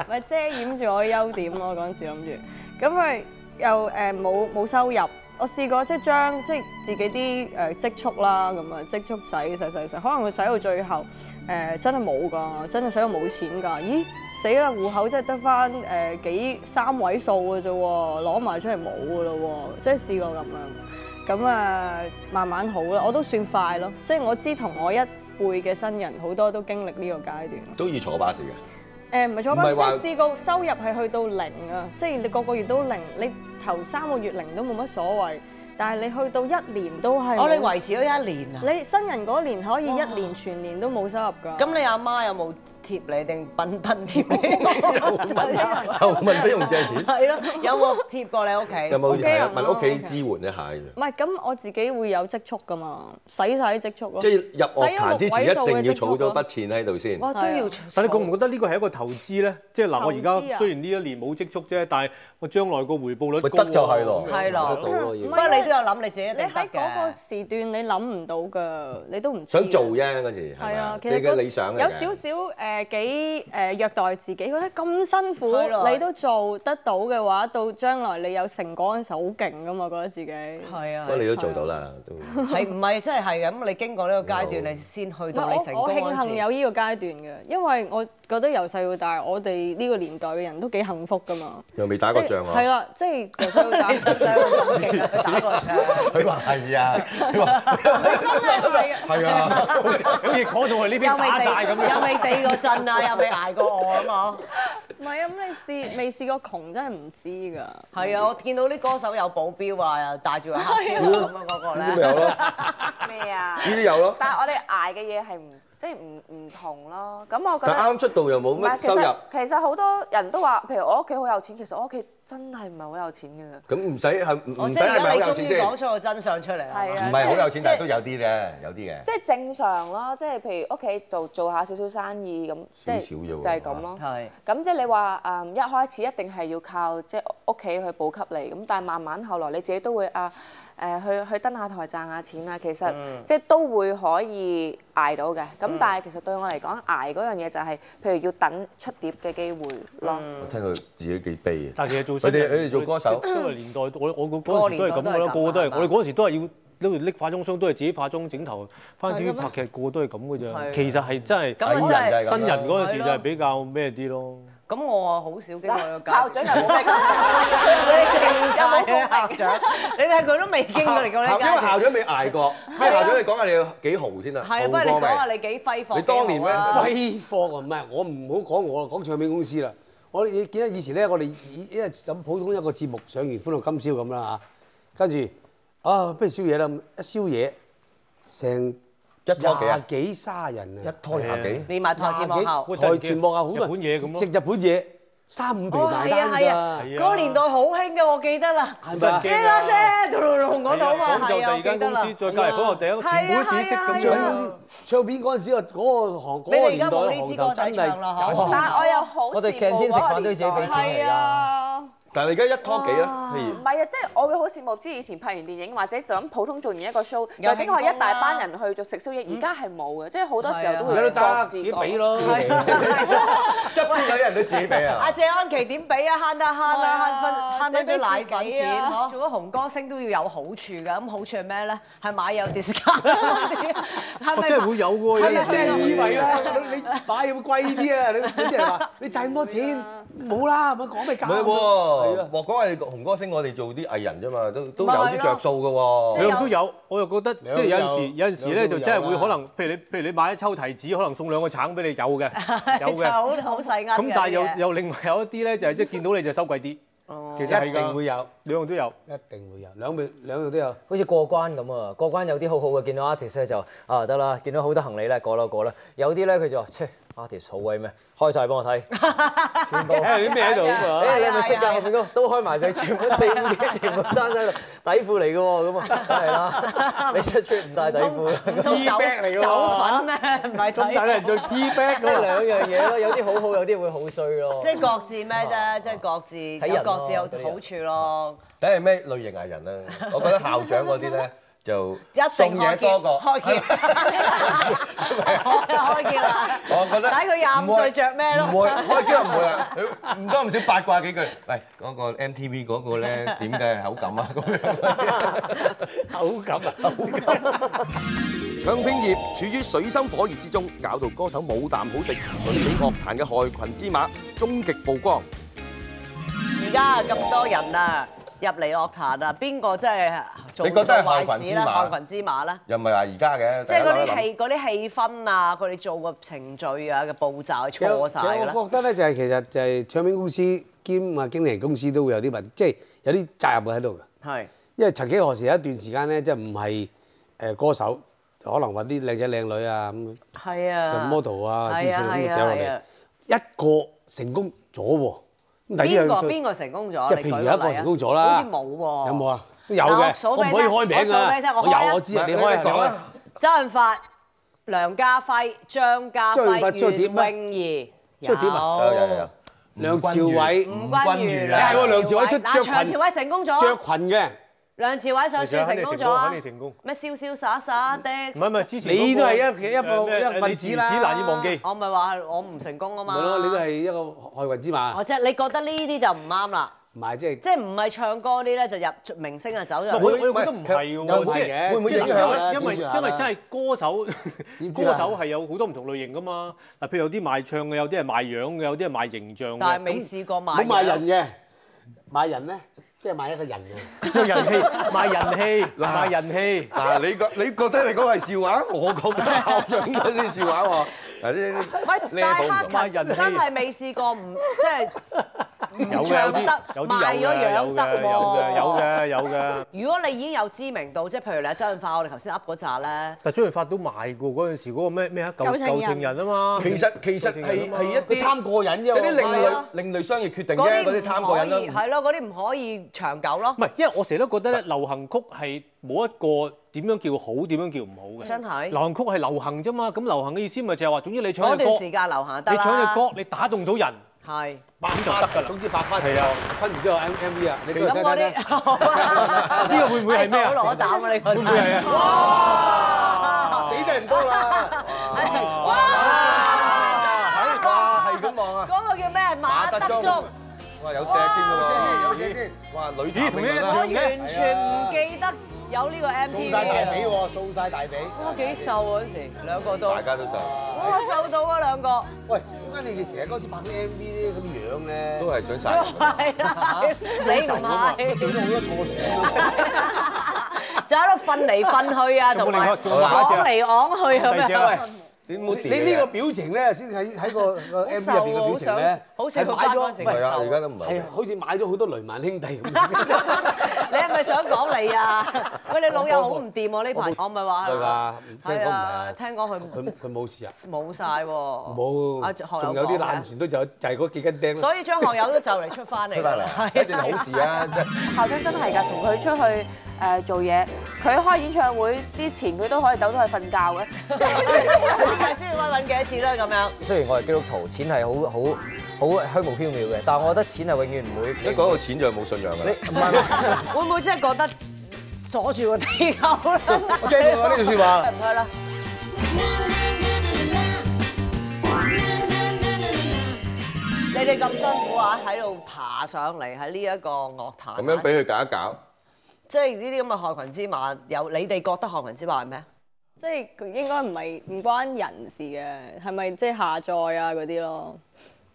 Speaker 6: 咪遮掩住我嘅優點咯。嗰陣時諗住，咁咪又誒冇冇收入。我試過即係將即係自己啲誒積蓄啦，咁啊積蓄使使使使，可能會使到最後誒、真係冇㗎，真係使到冇錢㗎。咦死啦！户口真係得翻誒幾三位數嘅啫喎，攞埋出嚟冇㗎咯喎，即係試過咁樣。咁啊，慢慢好啦，我都算快咯。即係我知同我一輩嘅新人好多都經歷呢個階段。
Speaker 7: 都要坐巴士嘅。
Speaker 6: 誒唔係坐
Speaker 7: 唔係話
Speaker 6: 班，即係試過收入係去到零啊！即係你個個月都零，你頭三個月零都冇乜所謂，但係你去到一年都係冇。
Speaker 3: 我哋維持咗一年啊。
Speaker 6: 你新人嗰年可以一年全年都冇收入㗎。
Speaker 3: 咁你阿媽有冇貼你定笨笨貼你？
Speaker 2: (laughs)
Speaker 7: 就問俾用借錢，
Speaker 3: 係咯， (laughs) 有冇貼過你屋企？
Speaker 7: 有冇
Speaker 6: 屋企人
Speaker 7: 係啊
Speaker 6: 咯
Speaker 7: 問屋企支援一下嘅？
Speaker 6: 唔係咁，我自己會有積蓄㗎嘛，使晒啲積蓄咯。
Speaker 7: 即係入樂壇之前一定要儲咗筆錢喺度先。
Speaker 3: 哇，都要。
Speaker 5: 但你覺唔覺得呢個係一個投資咧？即係嗱，我
Speaker 6: 投
Speaker 5: 而
Speaker 6: 資啊
Speaker 5: 家雖然呢一年冇積蓄啫，但係我將來個回報率
Speaker 7: 咪
Speaker 5: 高
Speaker 7: 得就係
Speaker 5: 喎
Speaker 7: 咯
Speaker 3: 係咯
Speaker 1: 買得到咯要
Speaker 6: 唔
Speaker 3: 不
Speaker 6: 係
Speaker 3: 過你都有諗你自己一
Speaker 6: 你
Speaker 3: 定得
Speaker 6: 喺嗰個
Speaker 3: 嘅。
Speaker 6: 時段你諗唔到㗎，你都唔知㗎
Speaker 7: 想做啫嗰時，係
Speaker 6: 係
Speaker 7: 咪
Speaker 6: 啊，
Speaker 7: 你
Speaker 6: 其實
Speaker 7: 嘅
Speaker 6: 個
Speaker 7: 理想嚟嘅
Speaker 6: 有少少誒幾誒虐待自己，覺得咁辛苦
Speaker 3: 係咯
Speaker 6: 你都做得到嘅話，到將來你有成果嗰陣時好勁噶嘛，覺得自己。
Speaker 3: 係啊
Speaker 7: 不過，你都做到啦，都
Speaker 3: 係唔係真係係咁？你經過呢個階段，你先去
Speaker 6: 唔係
Speaker 3: 到你成功
Speaker 6: 我我
Speaker 3: 嗰
Speaker 6: 慶
Speaker 3: 陣時
Speaker 6: 幸有呢個階段嘅，因為我覺得由細到大，我哋呢個年代嘅人都幾幸福噶嘛。
Speaker 7: 又未打
Speaker 6: 即
Speaker 7: 過仗
Speaker 6: 係
Speaker 3: 啊
Speaker 6: 係
Speaker 7: 喎。
Speaker 6: 啦，即係由細到大，
Speaker 3: (laughs) 真係好勁啊打過仗。
Speaker 7: (laughs) 佢話係啊，佢話
Speaker 6: 真係係啊
Speaker 7: 係啊，
Speaker 5: 好似講到我呢邊
Speaker 3: 又未
Speaker 5: 打晒咁
Speaker 3: 地，又
Speaker 5: 樣。
Speaker 3: 未地過震啊，又未捱過餓咁啊！
Speaker 6: 唔係啊，咁你試未試過窮真係唔知㗎。
Speaker 3: 係啊，我見到啲歌手有保鏢啊，又戴住個黑超啊咁樣嗰個
Speaker 7: 呢啲咪
Speaker 3: 咧。
Speaker 7: 有咯，
Speaker 8: 咩啊
Speaker 7: 呢？啲有咯。
Speaker 8: 但係我哋捱嘅嘢係唔即係唔唔同咯。咁我覺
Speaker 7: 但
Speaker 8: 得
Speaker 7: 啱出道又冇
Speaker 8: 唔係
Speaker 7: 乜
Speaker 8: 其
Speaker 7: 收入
Speaker 8: 實，其實好多人都話，譬如我屋企好有錢，其實我屋企真係唔係好有錢㗎啦。
Speaker 7: 咁唔使係唔
Speaker 3: 我
Speaker 7: 唔
Speaker 3: 即
Speaker 7: 使
Speaker 3: 係
Speaker 7: 係
Speaker 3: 而
Speaker 7: 咪
Speaker 3: 家
Speaker 7: 好有
Speaker 3: 你終
Speaker 7: 錢
Speaker 3: 於
Speaker 7: 先？
Speaker 3: 講出個真相出嚟啦。
Speaker 8: 係啊
Speaker 7: 唔係好有錢，
Speaker 8: 即係
Speaker 7: 但係都有啲嘅，有啲嘅。
Speaker 8: 即係正常咯，即係譬如屋企做做下少少生意咁，即係
Speaker 7: 少少
Speaker 8: 就
Speaker 7: 啫喎
Speaker 8: 係咁咯。
Speaker 3: 係
Speaker 8: 咁即係你話誒一開始一定係要靠即係屋企去補給你，咁但係慢慢後來你自己都會啊誒去去登下台賺下錢啊，其實
Speaker 1: 嗯
Speaker 8: 即係都會可以捱到嘅。咁但係其實對我嚟講，捱嗰樣嘢就係譬如要等出碟嘅機會咯。
Speaker 1: 嗯
Speaker 7: 我聽到自己幾悲啊！
Speaker 5: 但係其實做
Speaker 7: 佢哋
Speaker 5: 新人
Speaker 7: 佢哋做歌手
Speaker 5: 即係嗰個年代，我我我嗰陣時都係咁噶啦，個
Speaker 3: 個年代
Speaker 5: 個都
Speaker 3: 都係咁
Speaker 5: 係
Speaker 3: 啊
Speaker 5: 我哋嗰陣時都係要都要拎化妝箱，都係自己化妝整頭，翻
Speaker 6: 係嘅
Speaker 5: TV
Speaker 6: 咩
Speaker 5: 拍劇，個個都係咁嘅
Speaker 3: 係啊
Speaker 5: 啫。其實係真係哎
Speaker 3: 咁啊
Speaker 7: 藝
Speaker 3: 真係
Speaker 5: 新人
Speaker 7: 人就係咁啦
Speaker 5: 嗰陣時就
Speaker 3: 係咯
Speaker 5: 係比較咩啲咯。
Speaker 3: 咁我啊好少經過呢個階
Speaker 8: 校
Speaker 3: 段
Speaker 8: 長。又冇咩咁，
Speaker 3: (laughs) 你
Speaker 8: 有冇
Speaker 3: 正
Speaker 8: 共
Speaker 3: 晒
Speaker 8: 鳴
Speaker 3: 啊校長，你睇佢都未經過嚟過呢
Speaker 7: 校
Speaker 3: 個
Speaker 7: 因為
Speaker 3: 階
Speaker 7: 校
Speaker 3: 段。
Speaker 7: 長未捱過，咩校長你講下你有幾豪先啊？
Speaker 3: 係啊，不如你
Speaker 7: 豪過
Speaker 3: 講
Speaker 7: 未
Speaker 3: 下你幾揮霍。
Speaker 7: 你當年咩
Speaker 3: 幾好
Speaker 4: (laughs)
Speaker 3: 啊
Speaker 4: 揮霍啊，唔係我唔好講我啦，講唱片公司啦。我哋你記得以前咧，我哋以因為咁普通一個節目上完《歡樂今宵》咁啦嚇，跟住啊不如宵夜啦，咁一宵夜成
Speaker 7: 一拖幾啊
Speaker 4: 廿？幾卅人啊，
Speaker 7: 一拖廿
Speaker 2: 嗯
Speaker 7: 幾？
Speaker 3: 連埋台前幕後。
Speaker 5: 喂
Speaker 4: 台前幕後好多
Speaker 5: 日本嘢咁咯
Speaker 4: 食日本嘢三五皮
Speaker 3: 哦，
Speaker 4: 埋
Speaker 3: 係啊，係
Speaker 4: 單
Speaker 3: 啊，
Speaker 4: 㗎，
Speaker 5: 㗎
Speaker 3: 嗰個年代好興嘅，我記得啦。
Speaker 4: 係咪啊
Speaker 5: 好
Speaker 3: 呢
Speaker 5: 多人驚㗎
Speaker 3: 把聲，嘟嚕嚕嗰度嘛，
Speaker 5: 廣州
Speaker 3: 係
Speaker 5: 第
Speaker 3: 啊，我
Speaker 5: 二
Speaker 3: 記
Speaker 5: 間
Speaker 3: 得
Speaker 5: 公
Speaker 3: 啦
Speaker 5: 司，。再隔離嗰個第一個全部
Speaker 3: 係啊係啊
Speaker 5: 紫色咁
Speaker 3: 係
Speaker 5: 樣
Speaker 3: 啊。
Speaker 4: 唱片嗰陣時個嗰個行嗰
Speaker 3: 你哋
Speaker 4: 個
Speaker 3: 而家冇呢
Speaker 4: 年代嘅行
Speaker 3: 支歌
Speaker 4: 頭
Speaker 3: 仔
Speaker 4: 真係
Speaker 3: 唱啦嗬
Speaker 4: 賺
Speaker 8: 但係我又好
Speaker 1: 我哋
Speaker 8: 羨慕
Speaker 1: canteen 食
Speaker 8: 嗰個
Speaker 1: 飯都要自己
Speaker 8: 年代
Speaker 1: 俾錢嚟㗎
Speaker 8: 係啊。
Speaker 7: 但係你而家一拖幾啦？譬如
Speaker 8: 唔係啊，即係我會好羨慕，之以前拍完電影或者就咁普通做完一個 show，再經過一大班人去做食宵夜，而家係冇啊嘅，即嗯係啊好多時候都
Speaker 4: 而家
Speaker 8: 會
Speaker 4: 都
Speaker 8: 各
Speaker 4: 得
Speaker 8: 自
Speaker 4: 自己
Speaker 8: 講 (laughs)
Speaker 4: 俾。咯，
Speaker 7: 側邊嗰啲人都自己俾
Speaker 3: 阿
Speaker 7: 啊！
Speaker 3: 謝安琪點俾啊？慳得慳啦，
Speaker 6: 係啊
Speaker 3: 慳分慳翻啲奶
Speaker 6: 自
Speaker 3: 粉
Speaker 6: 己俾
Speaker 3: 錢
Speaker 6: 啊
Speaker 3: 嗬。做咗紅歌星都要有好處㗎，咁好處係咩咧？係買有 discount 嗰啲，係
Speaker 5: 哦
Speaker 3: 咪
Speaker 5: 真係會有喎，有
Speaker 4: 係啊，
Speaker 5: 陣
Speaker 4: 咩
Speaker 5: 時
Speaker 4: 以為啦？你你買有冇貴啲啊？你啲人話你賺咁多錢，冇啦，咁講咩價？
Speaker 7: 唔係
Speaker 4: 係
Speaker 7: 喎，
Speaker 4: 啊，
Speaker 7: 莫講係紅歌星，我哋做啲藝人啫嘛，都都有
Speaker 3: 咪係
Speaker 7: 啲着數嘅喎。
Speaker 5: 兩個都有，我又覺得即係有陣時
Speaker 4: 兩個都
Speaker 5: 有
Speaker 4: 有
Speaker 5: 陣時咧就真係會
Speaker 4: 兩個
Speaker 5: 可
Speaker 4: 都有
Speaker 5: 能，譬如你譬如你買一抽提子，可能送兩個橙俾你，有嘅有
Speaker 3: 就 (laughs)
Speaker 5: 嘅。
Speaker 3: 好好細啱
Speaker 5: 咁但係又又另外有一啲咧就係即係見到你就收貴啲，其實係
Speaker 4: 一定
Speaker 5: 㗎，
Speaker 4: 會有，
Speaker 5: 兩樣都有。
Speaker 4: 一定會有，兩邊兩樣都有。
Speaker 1: 好似過關咁啊！過關有啲好好嘅，見到 artist 咧就啊得啦，見到好多行李咧過啦過啦。有啲咧佢就話：切啊 artist 好威咩？開晒幫
Speaker 3: (laughs)
Speaker 1: 我睇，全部。
Speaker 5: 睇下啲咩喺度咁
Speaker 1: 誒
Speaker 5: 啊？
Speaker 1: 你係咪識㗎後面嗰個都開埋佢，全部四五件全部單喺度，底褲嚟嘅喎，咁啊，梗係
Speaker 3: (laughs)
Speaker 1: 啦，你出 trip 唔帶底褲啊啦，
Speaker 3: 唔通酒酒粉咩？唔係睇
Speaker 4: 但係人做 T back
Speaker 1: 即係兩樣嘢咯，有啲好好，有啲會好衰咯
Speaker 3: 即。係各自咩啫？即係各自
Speaker 1: 睇人
Speaker 3: 有
Speaker 1: 咯
Speaker 3: 各自有好處咯，
Speaker 9: 睇係咩類型藝人啦。我覺得校長嗰啲咧就
Speaker 3: 一定
Speaker 9: 送
Speaker 3: 開
Speaker 9: 嘢
Speaker 3: 竅
Speaker 9: 多過
Speaker 3: 開竅， (laughs) 開�廿啦！
Speaker 9: 我覺得
Speaker 3: 睇佢廿五歲着咩
Speaker 9: 唔會
Speaker 3: 咯？
Speaker 9: 開機唔會啦，唔多唔少八卦幾句。喂，嗰個 MTV 嗰個咧點解係口
Speaker 2: à.
Speaker 9: 感啊？咁樣。
Speaker 7: 唱片業處於水深火熱之中，搞到歌手冇啖好食，頓時樂壇嘅害群之馬終極曝光。
Speaker 3: 而家咁多人啊，入嚟樂壇啊，邊個真係做
Speaker 9: 你覺得係
Speaker 3: 做
Speaker 9: 害
Speaker 3: 壞
Speaker 9: 群
Speaker 3: 事
Speaker 9: 之
Speaker 3: 啦？
Speaker 9: 馬
Speaker 3: 害群之馬啦！
Speaker 9: 又唔係話而家嘅，
Speaker 3: 即係嗰
Speaker 9: 大家
Speaker 3: 啲
Speaker 9: 諗一諗
Speaker 3: 氣嗰啲氣氛啊，佢哋做個程序啊嘅步驟係
Speaker 4: 其實
Speaker 3: 錯晒㗎啦
Speaker 4: 其實。我覺得咧就係其實就係唱片公司兼啊經理人公司都會有啲問，即係有啲責任喺度嘅。
Speaker 3: 係
Speaker 4: 因為曾幾何時有一段時間咧，即係唔係誒歌手，可能揾啲靚仔靚女啊咁，
Speaker 3: 係
Speaker 4: 就
Speaker 3: 啊
Speaker 4: model 啊，
Speaker 3: 係啊
Speaker 4: 諸如此類
Speaker 3: 係
Speaker 4: 咁
Speaker 3: 啊
Speaker 4: 掉落
Speaker 3: 係啊
Speaker 4: 嚟，一個成功咗喎。咁第二
Speaker 3: 邊個
Speaker 4: 樣就
Speaker 3: 邊個成功咗？
Speaker 4: 即係譬如
Speaker 3: 你舉
Speaker 4: 有
Speaker 3: 個
Speaker 4: 一個
Speaker 3: 例啊
Speaker 4: 成功咗啦，
Speaker 3: 好似冇喎。
Speaker 4: 有冇啊？都有
Speaker 3: 嗱我
Speaker 4: 嘅，
Speaker 3: 數
Speaker 4: 我唔
Speaker 3: 俾你
Speaker 4: 可以
Speaker 3: 聽
Speaker 4: 開名
Speaker 3: 我數俾你聽我
Speaker 4: 啊！
Speaker 3: 開啊
Speaker 4: 有我知啊，你開啊，你開啊。
Speaker 3: 周潤發、梁家輝、張家
Speaker 4: 周潤發
Speaker 3: 輝、
Speaker 4: 張碟
Speaker 3: 袁
Speaker 4: 咩
Speaker 3: 詠儀，
Speaker 4: 張碟啊
Speaker 9: 有
Speaker 2: Ờ, dạ,
Speaker 9: 有有
Speaker 3: 有
Speaker 9: 有。
Speaker 4: 梁朝偉
Speaker 3: 吳君如、
Speaker 9: 吳君如啊
Speaker 4: 係喎梁朝偉出
Speaker 3: 嗱
Speaker 4: 着
Speaker 3: 梁
Speaker 4: 裙
Speaker 3: 朝偉成功咗
Speaker 4: 着
Speaker 3: 啊，
Speaker 4: 裙嘅，
Speaker 3: 梁朝偉上樹成功咗啊
Speaker 5: 肯定，成功。
Speaker 3: 咩瀟瀟灑灑的，
Speaker 5: 唔係唔係，之前
Speaker 4: 你都係
Speaker 5: 嗰個
Speaker 4: 一一個
Speaker 5: 誒咩
Speaker 4: 一個
Speaker 5: 誒
Speaker 4: 分子
Speaker 5: 你
Speaker 4: 啦
Speaker 5: 自此難以忘記。
Speaker 3: 我咪話我唔成功啊嘛。
Speaker 4: 咪咯，你都係一個害群之馬
Speaker 3: 我，即係你覺得呢啲就唔啱啦，
Speaker 4: 唔係即係
Speaker 3: 即係唔係唱歌啲咧就入明星就走
Speaker 5: 我我
Speaker 3: 咗。
Speaker 5: 又覺得唔係喎，
Speaker 4: 又唔係
Speaker 5: 即
Speaker 4: 嘅
Speaker 5: 係會唔會影
Speaker 4: 點知啊
Speaker 5: 響？因
Speaker 4: 點
Speaker 5: 為
Speaker 4: 知啊
Speaker 5: 因為真係歌手，
Speaker 4: 點知啊
Speaker 5: 歌手係有好多唔同類型噶嘛。嗱，譬如有啲賣唱嘅，有啲係賣樣嘅，有啲係賣形象嘅。
Speaker 3: 但係未試過
Speaker 4: 冇
Speaker 3: 賣
Speaker 4: 賣人嘅，賣人咧即係賣一個人嘅，
Speaker 5: 咁有人氣，賣人氣，賣人氣。
Speaker 9: 嗱，你覺你覺得你嗰個係笑話，我覺得校長嗰啲笑話喎。嗱，呢啲
Speaker 3: 喂，大
Speaker 9: level 唔同
Speaker 5: 同埋
Speaker 3: 黑
Speaker 5: 人
Speaker 3: 琴
Speaker 5: 氣
Speaker 3: 真係未試過唔即係唔
Speaker 5: 有嘅，有
Speaker 3: 唱
Speaker 5: 啲
Speaker 3: 得
Speaker 5: 有
Speaker 3: 賣
Speaker 5: 啲有
Speaker 3: 咗
Speaker 5: 嘅，有
Speaker 3: 樣得
Speaker 5: 嘅，
Speaker 3: 喎。
Speaker 5: 有嘅，有嘅，有嘅。
Speaker 3: 如果你已經有知名度，即係譬如你阿周潤發，我哋頭先噏嗰扎咧，
Speaker 5: 但周潤發都賣過嗰陣時嗰個咩咩啊？舊
Speaker 6: 舊情人
Speaker 5: 舊情人啊嘛。
Speaker 9: 其實其實係係一啲
Speaker 4: 貪過癮啫
Speaker 9: 有啲另
Speaker 4: 喎。
Speaker 3: 係啊
Speaker 9: 類另類商業決定
Speaker 3: 嗰
Speaker 9: 啫，
Speaker 3: 啲
Speaker 9: 嗰啲貪過癮
Speaker 3: 唔可以
Speaker 9: 啦。
Speaker 3: 係咯，嗰啲唔可以長久咯
Speaker 5: 唔，係，因為我成日都覺得咧，流行曲係冇一個點樣叫好，點樣叫唔好嘅。
Speaker 3: 真係
Speaker 5: 流行曲係流行啫嘛，咁流行嘅意思咪就係話，總之你
Speaker 3: 嗰
Speaker 5: 唱隻
Speaker 3: 段
Speaker 5: 歌，
Speaker 3: 時間流行得
Speaker 5: 你
Speaker 3: 啦。
Speaker 5: 唱隻歌，你打動到人，
Speaker 3: (laughs) 係。
Speaker 5: 咁就得㗎啦。
Speaker 4: 總之百花齊放，分完之後 M M V 啊，你都
Speaker 3: 咁
Speaker 4: 睇
Speaker 3: 我
Speaker 4: 睇
Speaker 3: 啲 (laughs)
Speaker 4: 睇。
Speaker 5: 呢個會唔會係咩
Speaker 3: 好
Speaker 5: 啊？
Speaker 3: 攞膽啊！你覺得？係啊！哇！
Speaker 4: 死得唔多啦！
Speaker 9: 係哇，係咁望啊！
Speaker 3: 嗰個叫咩？馬德鐘，
Speaker 9: 哇，有石堅㗎喎。
Speaker 4: 先先，
Speaker 9: 哇，女
Speaker 5: 咦同一
Speaker 9: 評論啦
Speaker 3: 我完全唔記得有呢個 MTV 嘅。
Speaker 4: 喎，掃晒大髀。
Speaker 3: 哇！幾瘦嗰陣時，兩個都
Speaker 9: 大家都想，
Speaker 3: 哇瘦到啊兩個，
Speaker 4: 喂，點解你哋成日嗰時拍啲 M V 咧咁樣咧？
Speaker 9: 都係想晒。
Speaker 3: 係啊！你唔係
Speaker 4: 好多錯事。
Speaker 3: 就喺度瞓嚟瞓去啊，同埋
Speaker 5: 有冇另外仲有另外一隻
Speaker 3: 昂
Speaker 5: 啊
Speaker 3: 嚟昂去
Speaker 5: 第
Speaker 3: 咁
Speaker 5: 二隻
Speaker 3: 樣。
Speaker 5: 啊
Speaker 9: 你冇
Speaker 4: 你呢個表情咧，先喺喺個個 M V 入邊嘅表情咧，
Speaker 3: 好似佢翻嗰陣時
Speaker 9: 係啊，而家
Speaker 3: 咁瘦。
Speaker 9: 都唔
Speaker 4: 係
Speaker 9: 係
Speaker 4: 啊。好似買咗好多雷曼兄弟咁。
Speaker 3: 你係咪想講你啊？喂，你老友好唔掂喎呢排，我咪話
Speaker 4: 係
Speaker 3: 係
Speaker 4: 嘛？聽
Speaker 3: 係
Speaker 4: 講唔係
Speaker 3: 啊，
Speaker 4: 啊，
Speaker 3: 聽講佢
Speaker 4: 佢佢冇事啊。
Speaker 3: 冇晒喎。
Speaker 4: 冇，
Speaker 3: 啊，學
Speaker 4: 仲有
Speaker 3: 講
Speaker 4: 啲
Speaker 3: 嘅
Speaker 4: 爛船都就就係嗰幾根釘咯。
Speaker 3: 所以張學友都就嚟出翻嚟，
Speaker 9: 出翻嚟，一定好事啊！真係
Speaker 8: 校長真係㗎，同佢出去誒、呃做嘢，佢開演唱會之前佢都可以走咗去瞓覺嘅，即係
Speaker 3: 係需要揾揾幾多次啦咁樣。
Speaker 1: 雖然我係基督徒，錢係好好好虛無縹緲嘅，但係我覺得錢係永遠唔會。
Speaker 9: 一講到錢就冇信仰㗎啦。
Speaker 1: 唔係唔係
Speaker 3: 會唔會真係覺得阻住個地球啦？
Speaker 4: 我聽過呢句説話。
Speaker 3: 唔該啦，你哋咁辛苦啊，喺度爬上嚟喺呢一個樂壇，啊
Speaker 9: 咁樣俾佢搞一搞，
Speaker 3: 即係呢啲咁嘅害群之馬，有你哋覺得害群之馬係咩？
Speaker 6: 即係佢應該唔係唔關人事嘅，係咪即係下載啊嗰啲咯？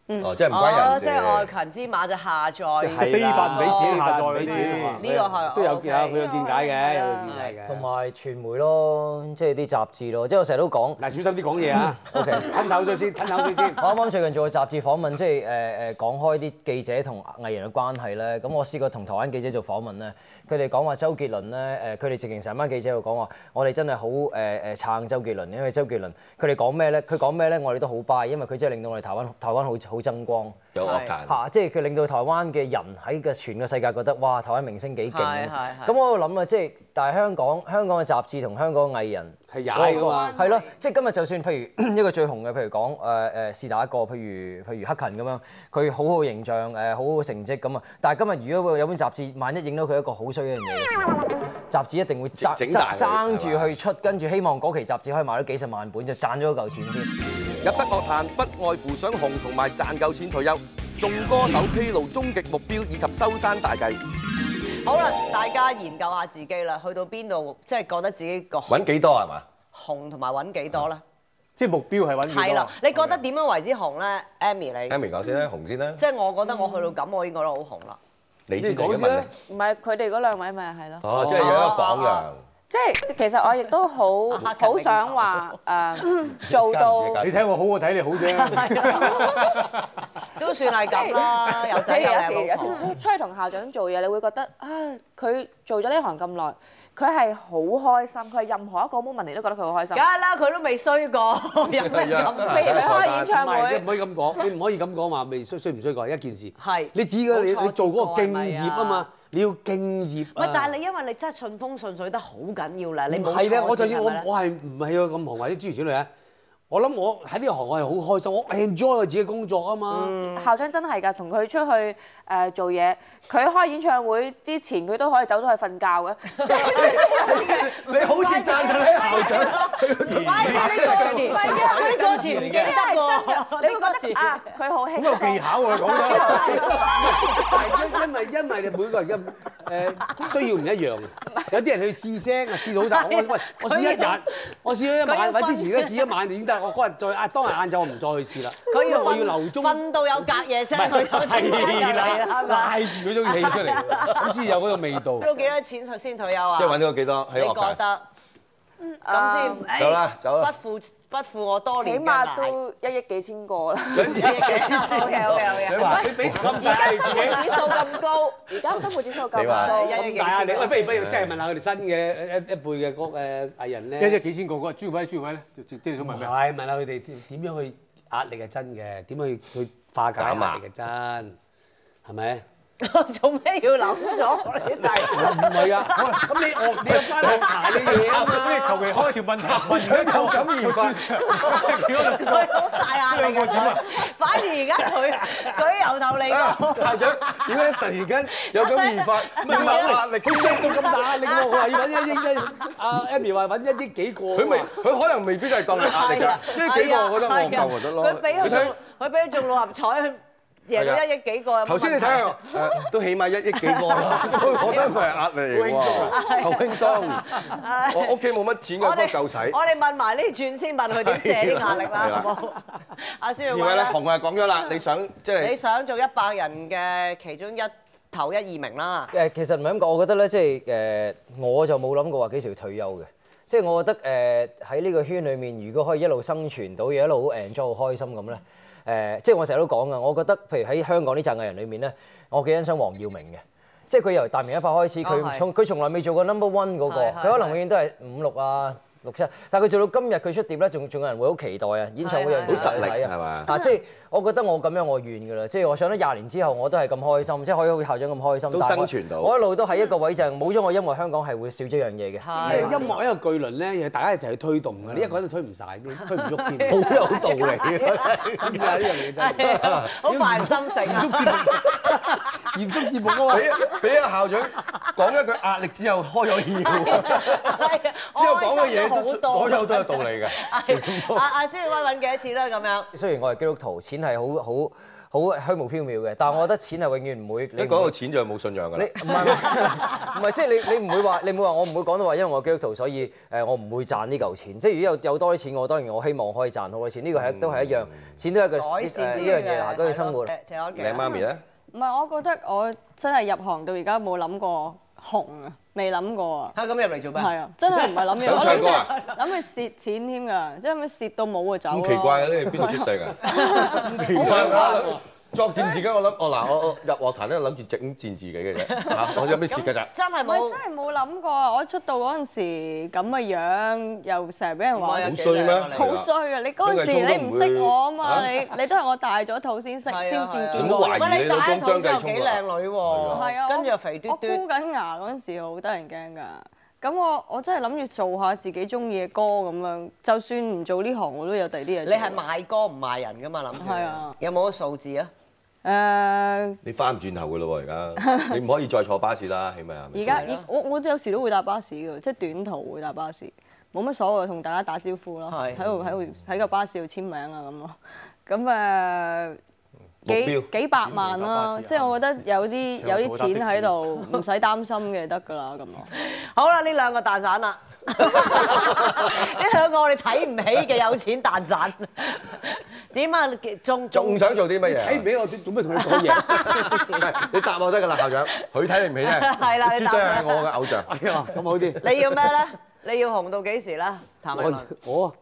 Speaker 9: 哦，即係唔關人
Speaker 3: 哦，
Speaker 9: 事。
Speaker 3: 即係愛勤之馬就下載。
Speaker 5: 非法唔俾錢下載嗰啲
Speaker 3: 呢個係
Speaker 4: 都有有
Speaker 3: OK
Speaker 4: 佢有見解嘅，有佢見解
Speaker 1: 同
Speaker 4: 嘅。
Speaker 1: 埋傳媒咯，即係啲雜誌咯，即係我成日都講。
Speaker 4: 嗱，小心啲
Speaker 3: (laughs)
Speaker 4: 講嘢啊！OK，吞口水先，吞口水先。
Speaker 1: 我啱啱最近做個雜誌訪問，即係誒誒講開啲記者同藝人嘅關係咧。咁我試過同台灣記者做訪問咧，佢哋講話周杰倫咧誒，佢哋直情成班記者喺度講話，我哋真係好誒誒撐周杰倫，因為周杰倫佢哋講咩咧？佢講咩咧？我哋都好 buy，因為佢真係令到我哋台灣台灣好好爭光。
Speaker 9: 有樂壇。
Speaker 1: 嚇，即係佢令到台灣嘅人喺個全個世界覺得哇，台灣明星幾勁
Speaker 3: 係係
Speaker 1: 啊。
Speaker 3: 係
Speaker 1: 咁我喺度諗啊，即係但係香港香港嘅雜誌同香港嘅藝人
Speaker 4: 係踩㗎嘛
Speaker 1: 嗰個係咯，即係今日就算譬如 (clears throat) 一個最紅嘅，譬如講誒誒是打一個，譬如譬如黑勤咁樣，佢好好形象誒，好好成績咁啊。但係今日如果有本雜誌萬一影到佢一個好衰嘅嘢嘅時候，雜誌一定會爭
Speaker 9: 整大佢
Speaker 1: 爭
Speaker 9: 係
Speaker 1: 住
Speaker 9: 嘛
Speaker 1: 去出，跟住希望嗰期雜誌可以賣到幾十萬本，就賺咗嗰嚿錢先。
Speaker 7: 入得樂壇不外乎想紅同埋賺夠錢退休。眾歌手披露終極目標以及收山大計。
Speaker 3: 好啦，大家研究下自己啦，去到邊度即係覺得自己個
Speaker 9: 揾幾多係嘛？
Speaker 3: 紅同埋揾幾多啦？
Speaker 5: 即係目標係揾
Speaker 9: 嗯
Speaker 5: 幾多？
Speaker 3: 係啦，你覺得點樣為之紅咧，Amy 你？
Speaker 9: Amy 講先啦，紅先啦，
Speaker 3: 即係我覺得我去到咁，我已經覺得好紅啦。
Speaker 9: 你先講先啦。
Speaker 8: 唔係佢哋嗰兩位咪係咯。
Speaker 9: 哦，即係有一個榜樣。
Speaker 8: 即係即其實我亦都好好想話誒做到，
Speaker 5: 你睇我好，我睇你好 (laughs) 啫。
Speaker 3: 都算係
Speaker 8: 即係
Speaker 3: 咁啦，有仔
Speaker 8: 譬如有
Speaker 3: 有
Speaker 8: 時
Speaker 3: 女
Speaker 8: 有
Speaker 3: 有
Speaker 8: 時
Speaker 3: 老婆
Speaker 8: 出出去同校長做嘢，你會覺得啊，佢做咗呢行咁耐，佢係好開心，佢係任何一個 moment 你都覺得佢好開心
Speaker 3: 梗。係啦，佢都未衰
Speaker 4: (laughs)
Speaker 3: 過，有咩咁？
Speaker 8: (laughs) 譬如佢開演
Speaker 4: 唔
Speaker 8: 唱
Speaker 4: 係，你唔
Speaker 8: 會，
Speaker 4: 可以咁講，你唔可以咁講話未衰衰唔衰過一件事。
Speaker 3: 係
Speaker 4: 你只要你
Speaker 3: 冇錯
Speaker 4: 你做嗰個敬
Speaker 3: 接過
Speaker 4: 業
Speaker 3: 係咪
Speaker 4: 啊
Speaker 3: 啊
Speaker 4: 嘛，你要敬業
Speaker 3: 喂，但係
Speaker 4: 啊。
Speaker 3: 你因為你真係順風順水得好緊要啦，你冇
Speaker 4: 係咧，
Speaker 3: 挫
Speaker 4: 我就
Speaker 3: 折
Speaker 4: 要
Speaker 3: 係
Speaker 4: 我
Speaker 3: 咪咧
Speaker 4: 我係唔係有咁紅或者諸如此類啊？我諗我喺呢行我係好開心，我 enjoy 我自己工作啊嘛。
Speaker 8: 校長真係㗎，同佢出去誒、呃做嘢，佢開演唱會之前佢都可以走咗去瞓覺嘅， (laughs) 即係
Speaker 9: 你好似贊緊你校長，
Speaker 3: 喂你歌詞，唔係啊，你歌詞唔記得喎，
Speaker 8: 你會覺得啊佢好輕
Speaker 5: 好有
Speaker 8: 鬆
Speaker 5: 技。巧啊，佢講
Speaker 4: 因
Speaker 5: 得。
Speaker 4: 因為因為你每個人嘅誒需要唔一樣嘅，有啲人去試聲啊，試到就我喂我試一日，我試咗一晚，或者之前咧試一晚已經得，我嗰日再啊當日晏晝我唔再去試啦，
Speaker 3: 佢要
Speaker 4: 因為我
Speaker 3: 瞓
Speaker 4: 要留中
Speaker 3: 瞓到有隔夜聲，佢就
Speaker 9: 係啦，
Speaker 3: 啦。
Speaker 9: 拉住嗰種氣出嚟。
Speaker 4: 咁先有嗰個味道。
Speaker 3: 要幾多錢佢先退休啊？
Speaker 9: 即係揾到幾多
Speaker 3: 你
Speaker 9: 喺樂
Speaker 3: 覺
Speaker 9: 壇？
Speaker 3: 得咁先？
Speaker 9: 走啦走啦
Speaker 3: 不負不負我多
Speaker 8: 起
Speaker 3: 年嘅
Speaker 8: 碼
Speaker 3: 奶。
Speaker 8: 都一億幾千個啦， (laughs)
Speaker 3: OK OK
Speaker 9: 你
Speaker 3: OK。
Speaker 9: 話
Speaker 8: 而家生活指數咁高，而家生活指數咁
Speaker 9: 你話
Speaker 8: 高，
Speaker 3: 一億幾
Speaker 4: 但係
Speaker 8: à,
Speaker 4: 你喂，不如不如真係問下佢哋新嘅一一輩嘅嗰誒藝人咧，
Speaker 5: 一隻幾千個嗰個朱偉朱偉咧，即係想
Speaker 4: 唔
Speaker 5: 問咩？
Speaker 4: 係問下佢哋點點樣去壓力係真嘅，點樣去去化解
Speaker 9: 減壓
Speaker 4: 壓力係真，係咪？
Speaker 3: (laughs) 做咩要諗
Speaker 4: (laughs)
Speaker 3: 咗你大佬？
Speaker 4: 唔係啊，咁你我你有關係行嘅嘢啊嘛。
Speaker 5: 即係求其開條問題，
Speaker 2: (laughs)
Speaker 5: 問咗
Speaker 9: 夠感而發，
Speaker 3: 佢好大壓力㗎佢，反而而家
Speaker 9: (laughs)
Speaker 3: 佢佢由頭嚟過。
Speaker 9: 校長點解突然間有感而發？唔係壓力，
Speaker 4: 佢升到咁大壓力喎，我話要揾一億一，阿 Amy 話揾一億幾個，
Speaker 9: 佢未，佢可能未必係當係壓力
Speaker 3: 係
Speaker 9: 㗎
Speaker 3: 啊，
Speaker 9: 因為幾個我覺得我唔夠就得咯。
Speaker 3: 佢俾佢
Speaker 9: 你睇
Speaker 3: 中，佢俾佢中六合彩，佢贏咗一億幾個。有冇
Speaker 9: 頭先你睇
Speaker 3: 問
Speaker 9: 下，
Speaker 2: Ờ,
Speaker 9: 誒都起碼一億幾個啦，我覺得唔係壓力嚟喎，好輕鬆。
Speaker 3: 題，
Speaker 9: 我屋企冇乜錢
Speaker 3: 我
Speaker 9: 㗎，不過
Speaker 3: 哋
Speaker 9: 夠使。
Speaker 3: 我哋問埋呢轉先，問佢點卸
Speaker 9: (laughs)
Speaker 3: 啲壓力啦，好冇？阿孫耀
Speaker 9: 志
Speaker 3: 威
Speaker 9: 偉咧，
Speaker 3: 咧，
Speaker 9: 紅啊講咗啦，你想即
Speaker 3: 你
Speaker 9: 係
Speaker 3: 想做一百人嘅其中一頭一二名啦。
Speaker 1: 誒，其實唔係咁講，我覺得咧，即係誒，我就冇諗過話幾時要退休嘅。即係我覺得誒喺呢個圈裏面，如果可以一路生存到，又一路好 enjoy 好開心咁咧，誒、即係我成日都講噶，我覺得譬如喺香港呢紮藝人裏面咧，我幾欣賞黃耀明嘅。即係佢由大明一派開始，
Speaker 3: 哦係
Speaker 1: 佢從佢從來未做過 number one 嗰、個，
Speaker 3: 係係
Speaker 1: 佢可能永遠都係五六啊六七，但係佢做到今日佢出碟咧，仲仲有人會好期待啊！演唱會有人
Speaker 3: 係係
Speaker 1: 好
Speaker 9: 好實力係嘛
Speaker 1: 啊，即係我覺得我咁樣我怨㗎啦，即係我上咗廿年之後我都係咁開心，即係可以好似校長咁開心，
Speaker 9: 都
Speaker 1: 但係我
Speaker 9: 生存到
Speaker 1: 我一路都喺一個位就係冇咗我音樂，香港係會少咗樣嘢嘅。
Speaker 4: 因為音樂一個巨輪咧，大家一齊去推動嘅，你一個人都推唔晒，推唔喐添，
Speaker 9: 好有道理嘅。
Speaker 4: 真㗎呢樣嘢真係。
Speaker 3: 好煩心性
Speaker 9: (laughs)
Speaker 3: 啊！
Speaker 4: 嚴肅節目啊嘛，
Speaker 9: 俾俾阿校長講一句
Speaker 2: à,
Speaker 9: 壓力之後開咗竅，
Speaker 3: (laughs) 係啊
Speaker 9: 之後講嘅
Speaker 3: 開心咗
Speaker 9: 嘢
Speaker 3: 好
Speaker 9: 都
Speaker 3: 多
Speaker 9: 所有都有
Speaker 2: à.
Speaker 9: 道理嘅。
Speaker 3: 係阿阿孫耀威揾幾多錢啦？咁樣
Speaker 1: 雖然我係基督徒，錢係好好好虛無縹緲嘅。但係我覺得錢係永遠唔會。
Speaker 2: 一講到錢就冇信仰㗎
Speaker 1: 你
Speaker 2: 啦。
Speaker 1: 唔係唔係，即係你你唔會話你唔會話我唔會講到話，因為我基督徒，所以誒我唔會賺呢嚿錢。即係如果有有多啲錢，我當然我希望可以賺好多錢。呢個係都係
Speaker 2: 嗯
Speaker 1: 一樣，錢都係一個
Speaker 3: 改善
Speaker 1: 誒
Speaker 3: 之
Speaker 1: 呢樣嘢啦，都要
Speaker 3: 嘅
Speaker 1: 生活。
Speaker 3: 謝安琪
Speaker 2: 你媽咪咧？
Speaker 6: 唔係，我覺得我真係入行到而家冇諗過紅啊，未諗過啊。
Speaker 3: 嚇咁入嚟做咩？
Speaker 6: 係啊，真係唔係諗嘢，
Speaker 2: 想
Speaker 6: 我
Speaker 2: 唱
Speaker 6: 諗
Speaker 2: 歌
Speaker 6: 住
Speaker 2: 啊
Speaker 6: 諗住蝕錢添㗎，即係諗住蝕到冇就走
Speaker 2: 咁
Speaker 6: 咯
Speaker 2: 奇怪嘅，你哋邊度出世㗎？咁奇怪我作戰自己，我諗我嗱，我我入樂壇咧諗住整戰自己嘅啫，嚇我有咩事㗎咋？
Speaker 3: 真係
Speaker 6: 唔係
Speaker 3: 冇
Speaker 6: 真。係冇諗過啊！我出道嗰陣時咁嘅樣，又成日俾人
Speaker 3: 唔
Speaker 6: 話
Speaker 2: 好
Speaker 3: 係
Speaker 6: 我
Speaker 3: 啊
Speaker 2: 衰咩？
Speaker 6: 好衰啊！你嗰陣時你唔識我啊嘛，你你都係我大咗肚先識
Speaker 3: 係啊
Speaker 6: 先至
Speaker 3: 係啊
Speaker 6: 見
Speaker 2: 唔好
Speaker 6: 過。
Speaker 2: 懷疑
Speaker 3: 喂
Speaker 2: 你
Speaker 3: 戴
Speaker 2: 老
Speaker 3: 咗
Speaker 2: 公
Speaker 3: 套
Speaker 2: 張繼
Speaker 3: 之後
Speaker 2: 聰
Speaker 3: 幾靚女喎，
Speaker 6: 係
Speaker 3: 哦
Speaker 6: 啊，我
Speaker 3: 跟住又肥嘟
Speaker 6: 我
Speaker 3: 嘟
Speaker 6: 箍，緊牙嗰陣時，好得人驚㗎。咁我我真係諗住做下自己中意嘅歌咁樣，就算唔做呢行，我都有第二啲嘢
Speaker 3: 你
Speaker 6: 做。啊
Speaker 3: 係賣歌唔賣人噶嘛？諗住
Speaker 6: 係啊，
Speaker 3: 有冇個數字啊？
Speaker 6: 誒？
Speaker 2: 你翻唔轉頭㗎咯
Speaker 3: (laughs)
Speaker 2: 喎，而家你唔可以再坐巴士啦，起碼係咪
Speaker 6: 而家
Speaker 3: 啊
Speaker 6: 我我有時都會搭巴士嘅，即係短途會搭巴士，冇乜所謂，同大家打招呼咯，
Speaker 3: 係
Speaker 6: 喺度喺度喺個巴士度簽名啊咁咯。咁誒
Speaker 2: 目
Speaker 6: 幾
Speaker 2: 標
Speaker 6: 幾百萬
Speaker 2: 啊
Speaker 6: 啦，即係我覺得有
Speaker 2: (laughs)
Speaker 6: 啲有啲錢喺度，唔使擔心嘅得㗎啦咁咯。
Speaker 3: 好啦，呢兩個蛋散啦，呢兩個我哋睇唔起嘅有錢蛋散，點啊？仲
Speaker 2: 仲想做啲乜嘢？
Speaker 4: 睇唔起我，做咩同你講
Speaker 3: (laughs)
Speaker 4: 嘢？
Speaker 2: 唔係你答我得㗎啦，校長。佢睇你唔起啫，
Speaker 3: 係啦你
Speaker 2: 絕
Speaker 3: 答
Speaker 2: 對
Speaker 3: 啦
Speaker 2: 係我嘅偶像。
Speaker 4: 係啊，咁
Speaker 3: (laughs)
Speaker 4: 好啲。
Speaker 3: 你要咩咧？你要紅到幾時啦？譚詠麟
Speaker 4: 我我啊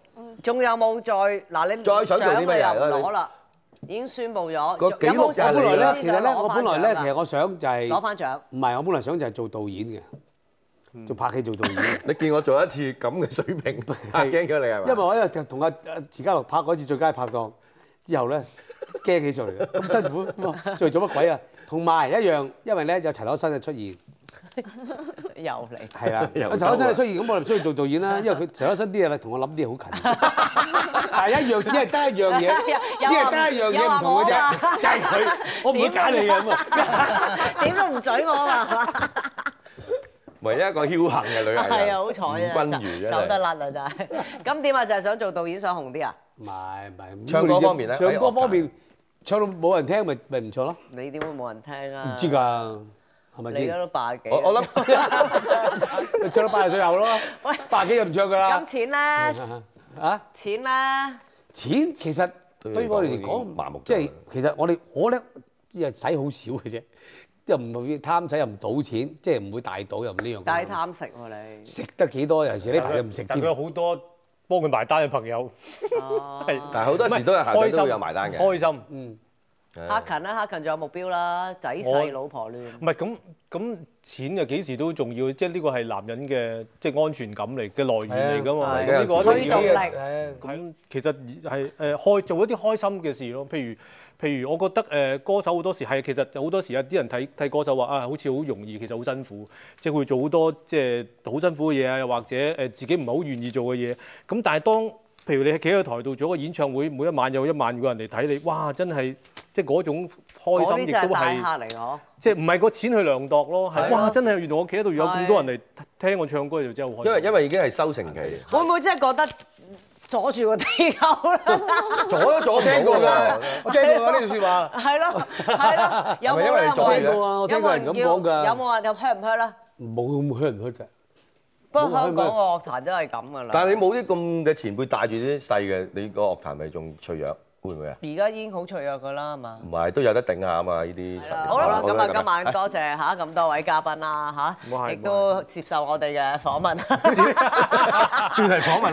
Speaker 3: 仲有冇再嗱？你
Speaker 2: 再想做啲乜嘢
Speaker 3: 獎
Speaker 2: 啊
Speaker 3: 你又唔攞啦，已經宣布咗。
Speaker 2: 個紀錄就係
Speaker 4: 我本
Speaker 2: 你
Speaker 4: 來
Speaker 2: 啦
Speaker 4: 咧，其實咧，我本來咧，其實我想就係
Speaker 3: 啊攞翻獎，
Speaker 4: 唔係，我本來想就係做導演嘅，
Speaker 3: 嗯
Speaker 4: 做拍戲做
Speaker 3: (laughs)
Speaker 4: 導演。
Speaker 2: 你見我做一次咁嘅水平，嚇驚咗你係咪？
Speaker 4: 因為我因為就同阿阿遲家樂拍嗰次最佳拍檔之後咧，驚起上嚟啦，咁辛苦，
Speaker 3: (laughs)
Speaker 4: 咁啊做做乜鬼啊？同埋一樣，因為咧有陳可辛嘅出現，
Speaker 3: (laughs) 又啊嚟。
Speaker 4: 係啦，
Speaker 2: 又
Speaker 4: 有陳可辛嘅出現，咁我哋唔需要做導演啦，因為佢陳可辛啲嘢咧同我諗啲嘢好近，但係一樣只係得一樣嘢，
Speaker 3: (laughs) 有啊
Speaker 4: 只係得一樣嘢唔同嘅
Speaker 3: 有啊話
Speaker 4: 啫，就係佢，我唔會揀你嘅咁啊，
Speaker 3: 點都唔準我啊嘛，
Speaker 2: 唯一一個僥倖嘅女藝人，
Speaker 3: 係啊，好彩啊，
Speaker 2: 吳君如
Speaker 3: 就
Speaker 2: 啫。
Speaker 3: 走得甩啦，真係。咁點啊？就係想做導演，想紅啲啊？
Speaker 4: 唔係唔係，
Speaker 2: 唱歌方面咧
Speaker 4: 唱歌方面唱到冇人聽咪咪唔錯咯，
Speaker 3: 你點會冇人聽啊？
Speaker 4: 唔知㗎，係咪
Speaker 3: 你而家
Speaker 4: 先？
Speaker 3: 都八幾？
Speaker 2: 我我諗
Speaker 4: 唱到八十歲後咯，八十幾就唔唱㗎啦
Speaker 3: 咁，錢咧，
Speaker 4: 啊？
Speaker 3: 錢咧，
Speaker 4: 錢其實
Speaker 2: 對
Speaker 4: 對於我哋嚟
Speaker 2: 你嚟講麻木
Speaker 4: 講
Speaker 2: 咗，
Speaker 4: 即係其實我哋我咧只係使好少嘅啫，又唔會貪使又唔賭錢，即係唔會大賭又唔呢樣。
Speaker 3: 但係貪食喎你。
Speaker 4: 食得幾多？尤其是呢排又唔食
Speaker 5: 但佢
Speaker 4: 添
Speaker 5: 有。好多幫佢埋單嘅朋友，係
Speaker 2: 但係好多時都係校
Speaker 5: 開
Speaker 2: 長
Speaker 5: 心
Speaker 2: 都會有埋單嘅。
Speaker 5: 開心。
Speaker 3: 黑勤啦，黑勤仲有目標啦，仔細老婆亂。
Speaker 5: 唔係咁咁錢就幾時都重要，即係呢個係男人嘅即係安全感嚟嘅來源嚟㗎
Speaker 2: 係
Speaker 5: 嘛。
Speaker 2: 啊
Speaker 5: 咁呢個一定要
Speaker 3: 推動力
Speaker 5: 咁其實係誒開做一啲開心嘅事咯，譬如譬如我覺得誒、呃歌手好多時係其實好多時有啲人睇睇歌手話啊，好似好容易，其實好辛苦，即係佢會做好多即係好辛苦嘅嘢啊，又或者誒、呃自己唔係好願意做嘅嘢。咁但係當譬如你企喺個台度做一個演唱會，每一晚有一萬個人嚟睇你，哇！真係即係嗰種
Speaker 3: 嗰
Speaker 5: 開心，
Speaker 3: 啲
Speaker 5: 亦
Speaker 3: 就係
Speaker 5: 都
Speaker 3: 大
Speaker 5: 係。
Speaker 3: 客嚟嗬，
Speaker 5: 即係唔係個錢去量度咯，
Speaker 2: 啊
Speaker 5: 係哇！真係原來我企喺度有咁多人嚟聽我唱歌，就真係好開心。
Speaker 2: 因為因為已經係收成期，
Speaker 3: 會唔會真係覺得阻住個地球啦？
Speaker 2: 阻都阻唔到㗎。
Speaker 4: 我聽過啊呢句説話，
Speaker 3: 係咯，係咯，有
Speaker 2: 係咪因
Speaker 3: 冇
Speaker 2: 為
Speaker 3: 咧？
Speaker 2: 你
Speaker 3: 有
Speaker 2: 阻住
Speaker 3: 冇
Speaker 4: 聽
Speaker 3: 人有冇
Speaker 4: 過啊，我聽過人
Speaker 3: 人
Speaker 4: 咁
Speaker 3: 叫？
Speaker 4: 講㗎。
Speaker 3: 有冇人又 hurt 唔 hurt 啦？
Speaker 4: 冇咁 hurt 唔 hurt 㗎？
Speaker 3: 不過香港個樂壇都係咁㗎啦。
Speaker 2: 但係你冇啲咁嘅前輩帶住啲細嘅，你個樂壇咪仲脆弱，會唔會啊？
Speaker 3: 而家已經好脆弱㗎啦，係嘛？
Speaker 2: 唔係都有得頂下啊嘛，呢啲實力
Speaker 3: 好啦，
Speaker 2: 我
Speaker 3: 咁
Speaker 2: 覺
Speaker 3: 啊，
Speaker 2: 得
Speaker 3: 今晚多謝嚇咁多位嘉賓啦
Speaker 5: 唔
Speaker 3: 嚇，
Speaker 5: 好客
Speaker 3: 亦
Speaker 5: 氣
Speaker 3: 都接受我哋嘅訪問。
Speaker 2: 算係訪問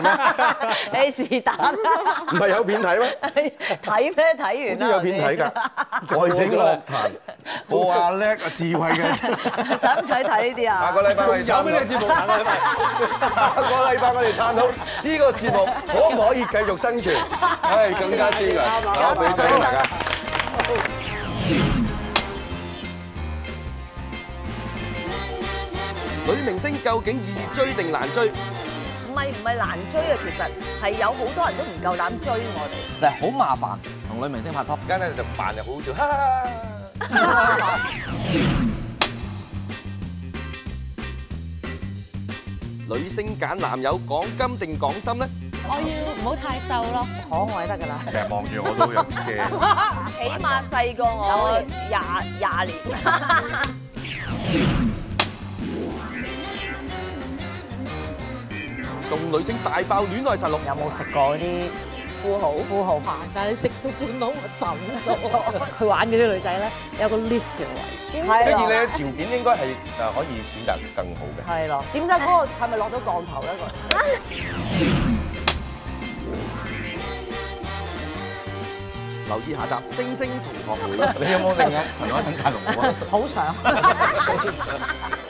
Speaker 3: (laughs)
Speaker 2: 咩？
Speaker 3: 你是但啦，
Speaker 2: 唔係有片睇咩？
Speaker 3: 睇咩睇
Speaker 2: 好
Speaker 3: 完
Speaker 2: 似
Speaker 3: 啦？
Speaker 2: 有片睇 (laughs) 㗎，外星樂壇，我話叻啊，智慧
Speaker 7: (laughs)
Speaker 2: 嘅。
Speaker 3: 使唔使睇呢啲
Speaker 2: 下
Speaker 3: 啊？
Speaker 2: 個禮拜我哋有咩節目？ (laughs) 下個禮拜我哋探討呢個節目可唔可以繼續生存？唉，更加之強，好俾
Speaker 7: dạ.
Speaker 2: 掌聲大家。
Speaker 7: 女明星究竟易追定難追？
Speaker 8: 唔係唔係難追啊，其實係有好多人都唔夠膽追我哋。
Speaker 10: 就係好麻煩同女明星拍拖。
Speaker 7: 間咧就扮就好笑，哈哈哈女星揀男友講金定講心呢？
Speaker 11: 我要唔好太瘦咯，可愛得㗎啦。
Speaker 2: 成日望住我都有驚。
Speaker 3: (laughs) 起碼細過我廿廿年。
Speaker 7: 仲女星大爆戀愛實錄，
Speaker 3: 有冇食過啲
Speaker 11: 富豪富豪飯，但係食到半腦我浸咗。佢玩嗰啲女仔咧，有個 list 嘅位，
Speaker 2: 跟住咧，條件應該係誒可以選擇更好嘅。
Speaker 3: 係咯，點解嗰個係咪落到降頭咧？
Speaker 7: 留意下集《星星同學會》。
Speaker 2: 你有冇另一陳海欣大龍舞啊？
Speaker 11: 好想。
Speaker 3: 個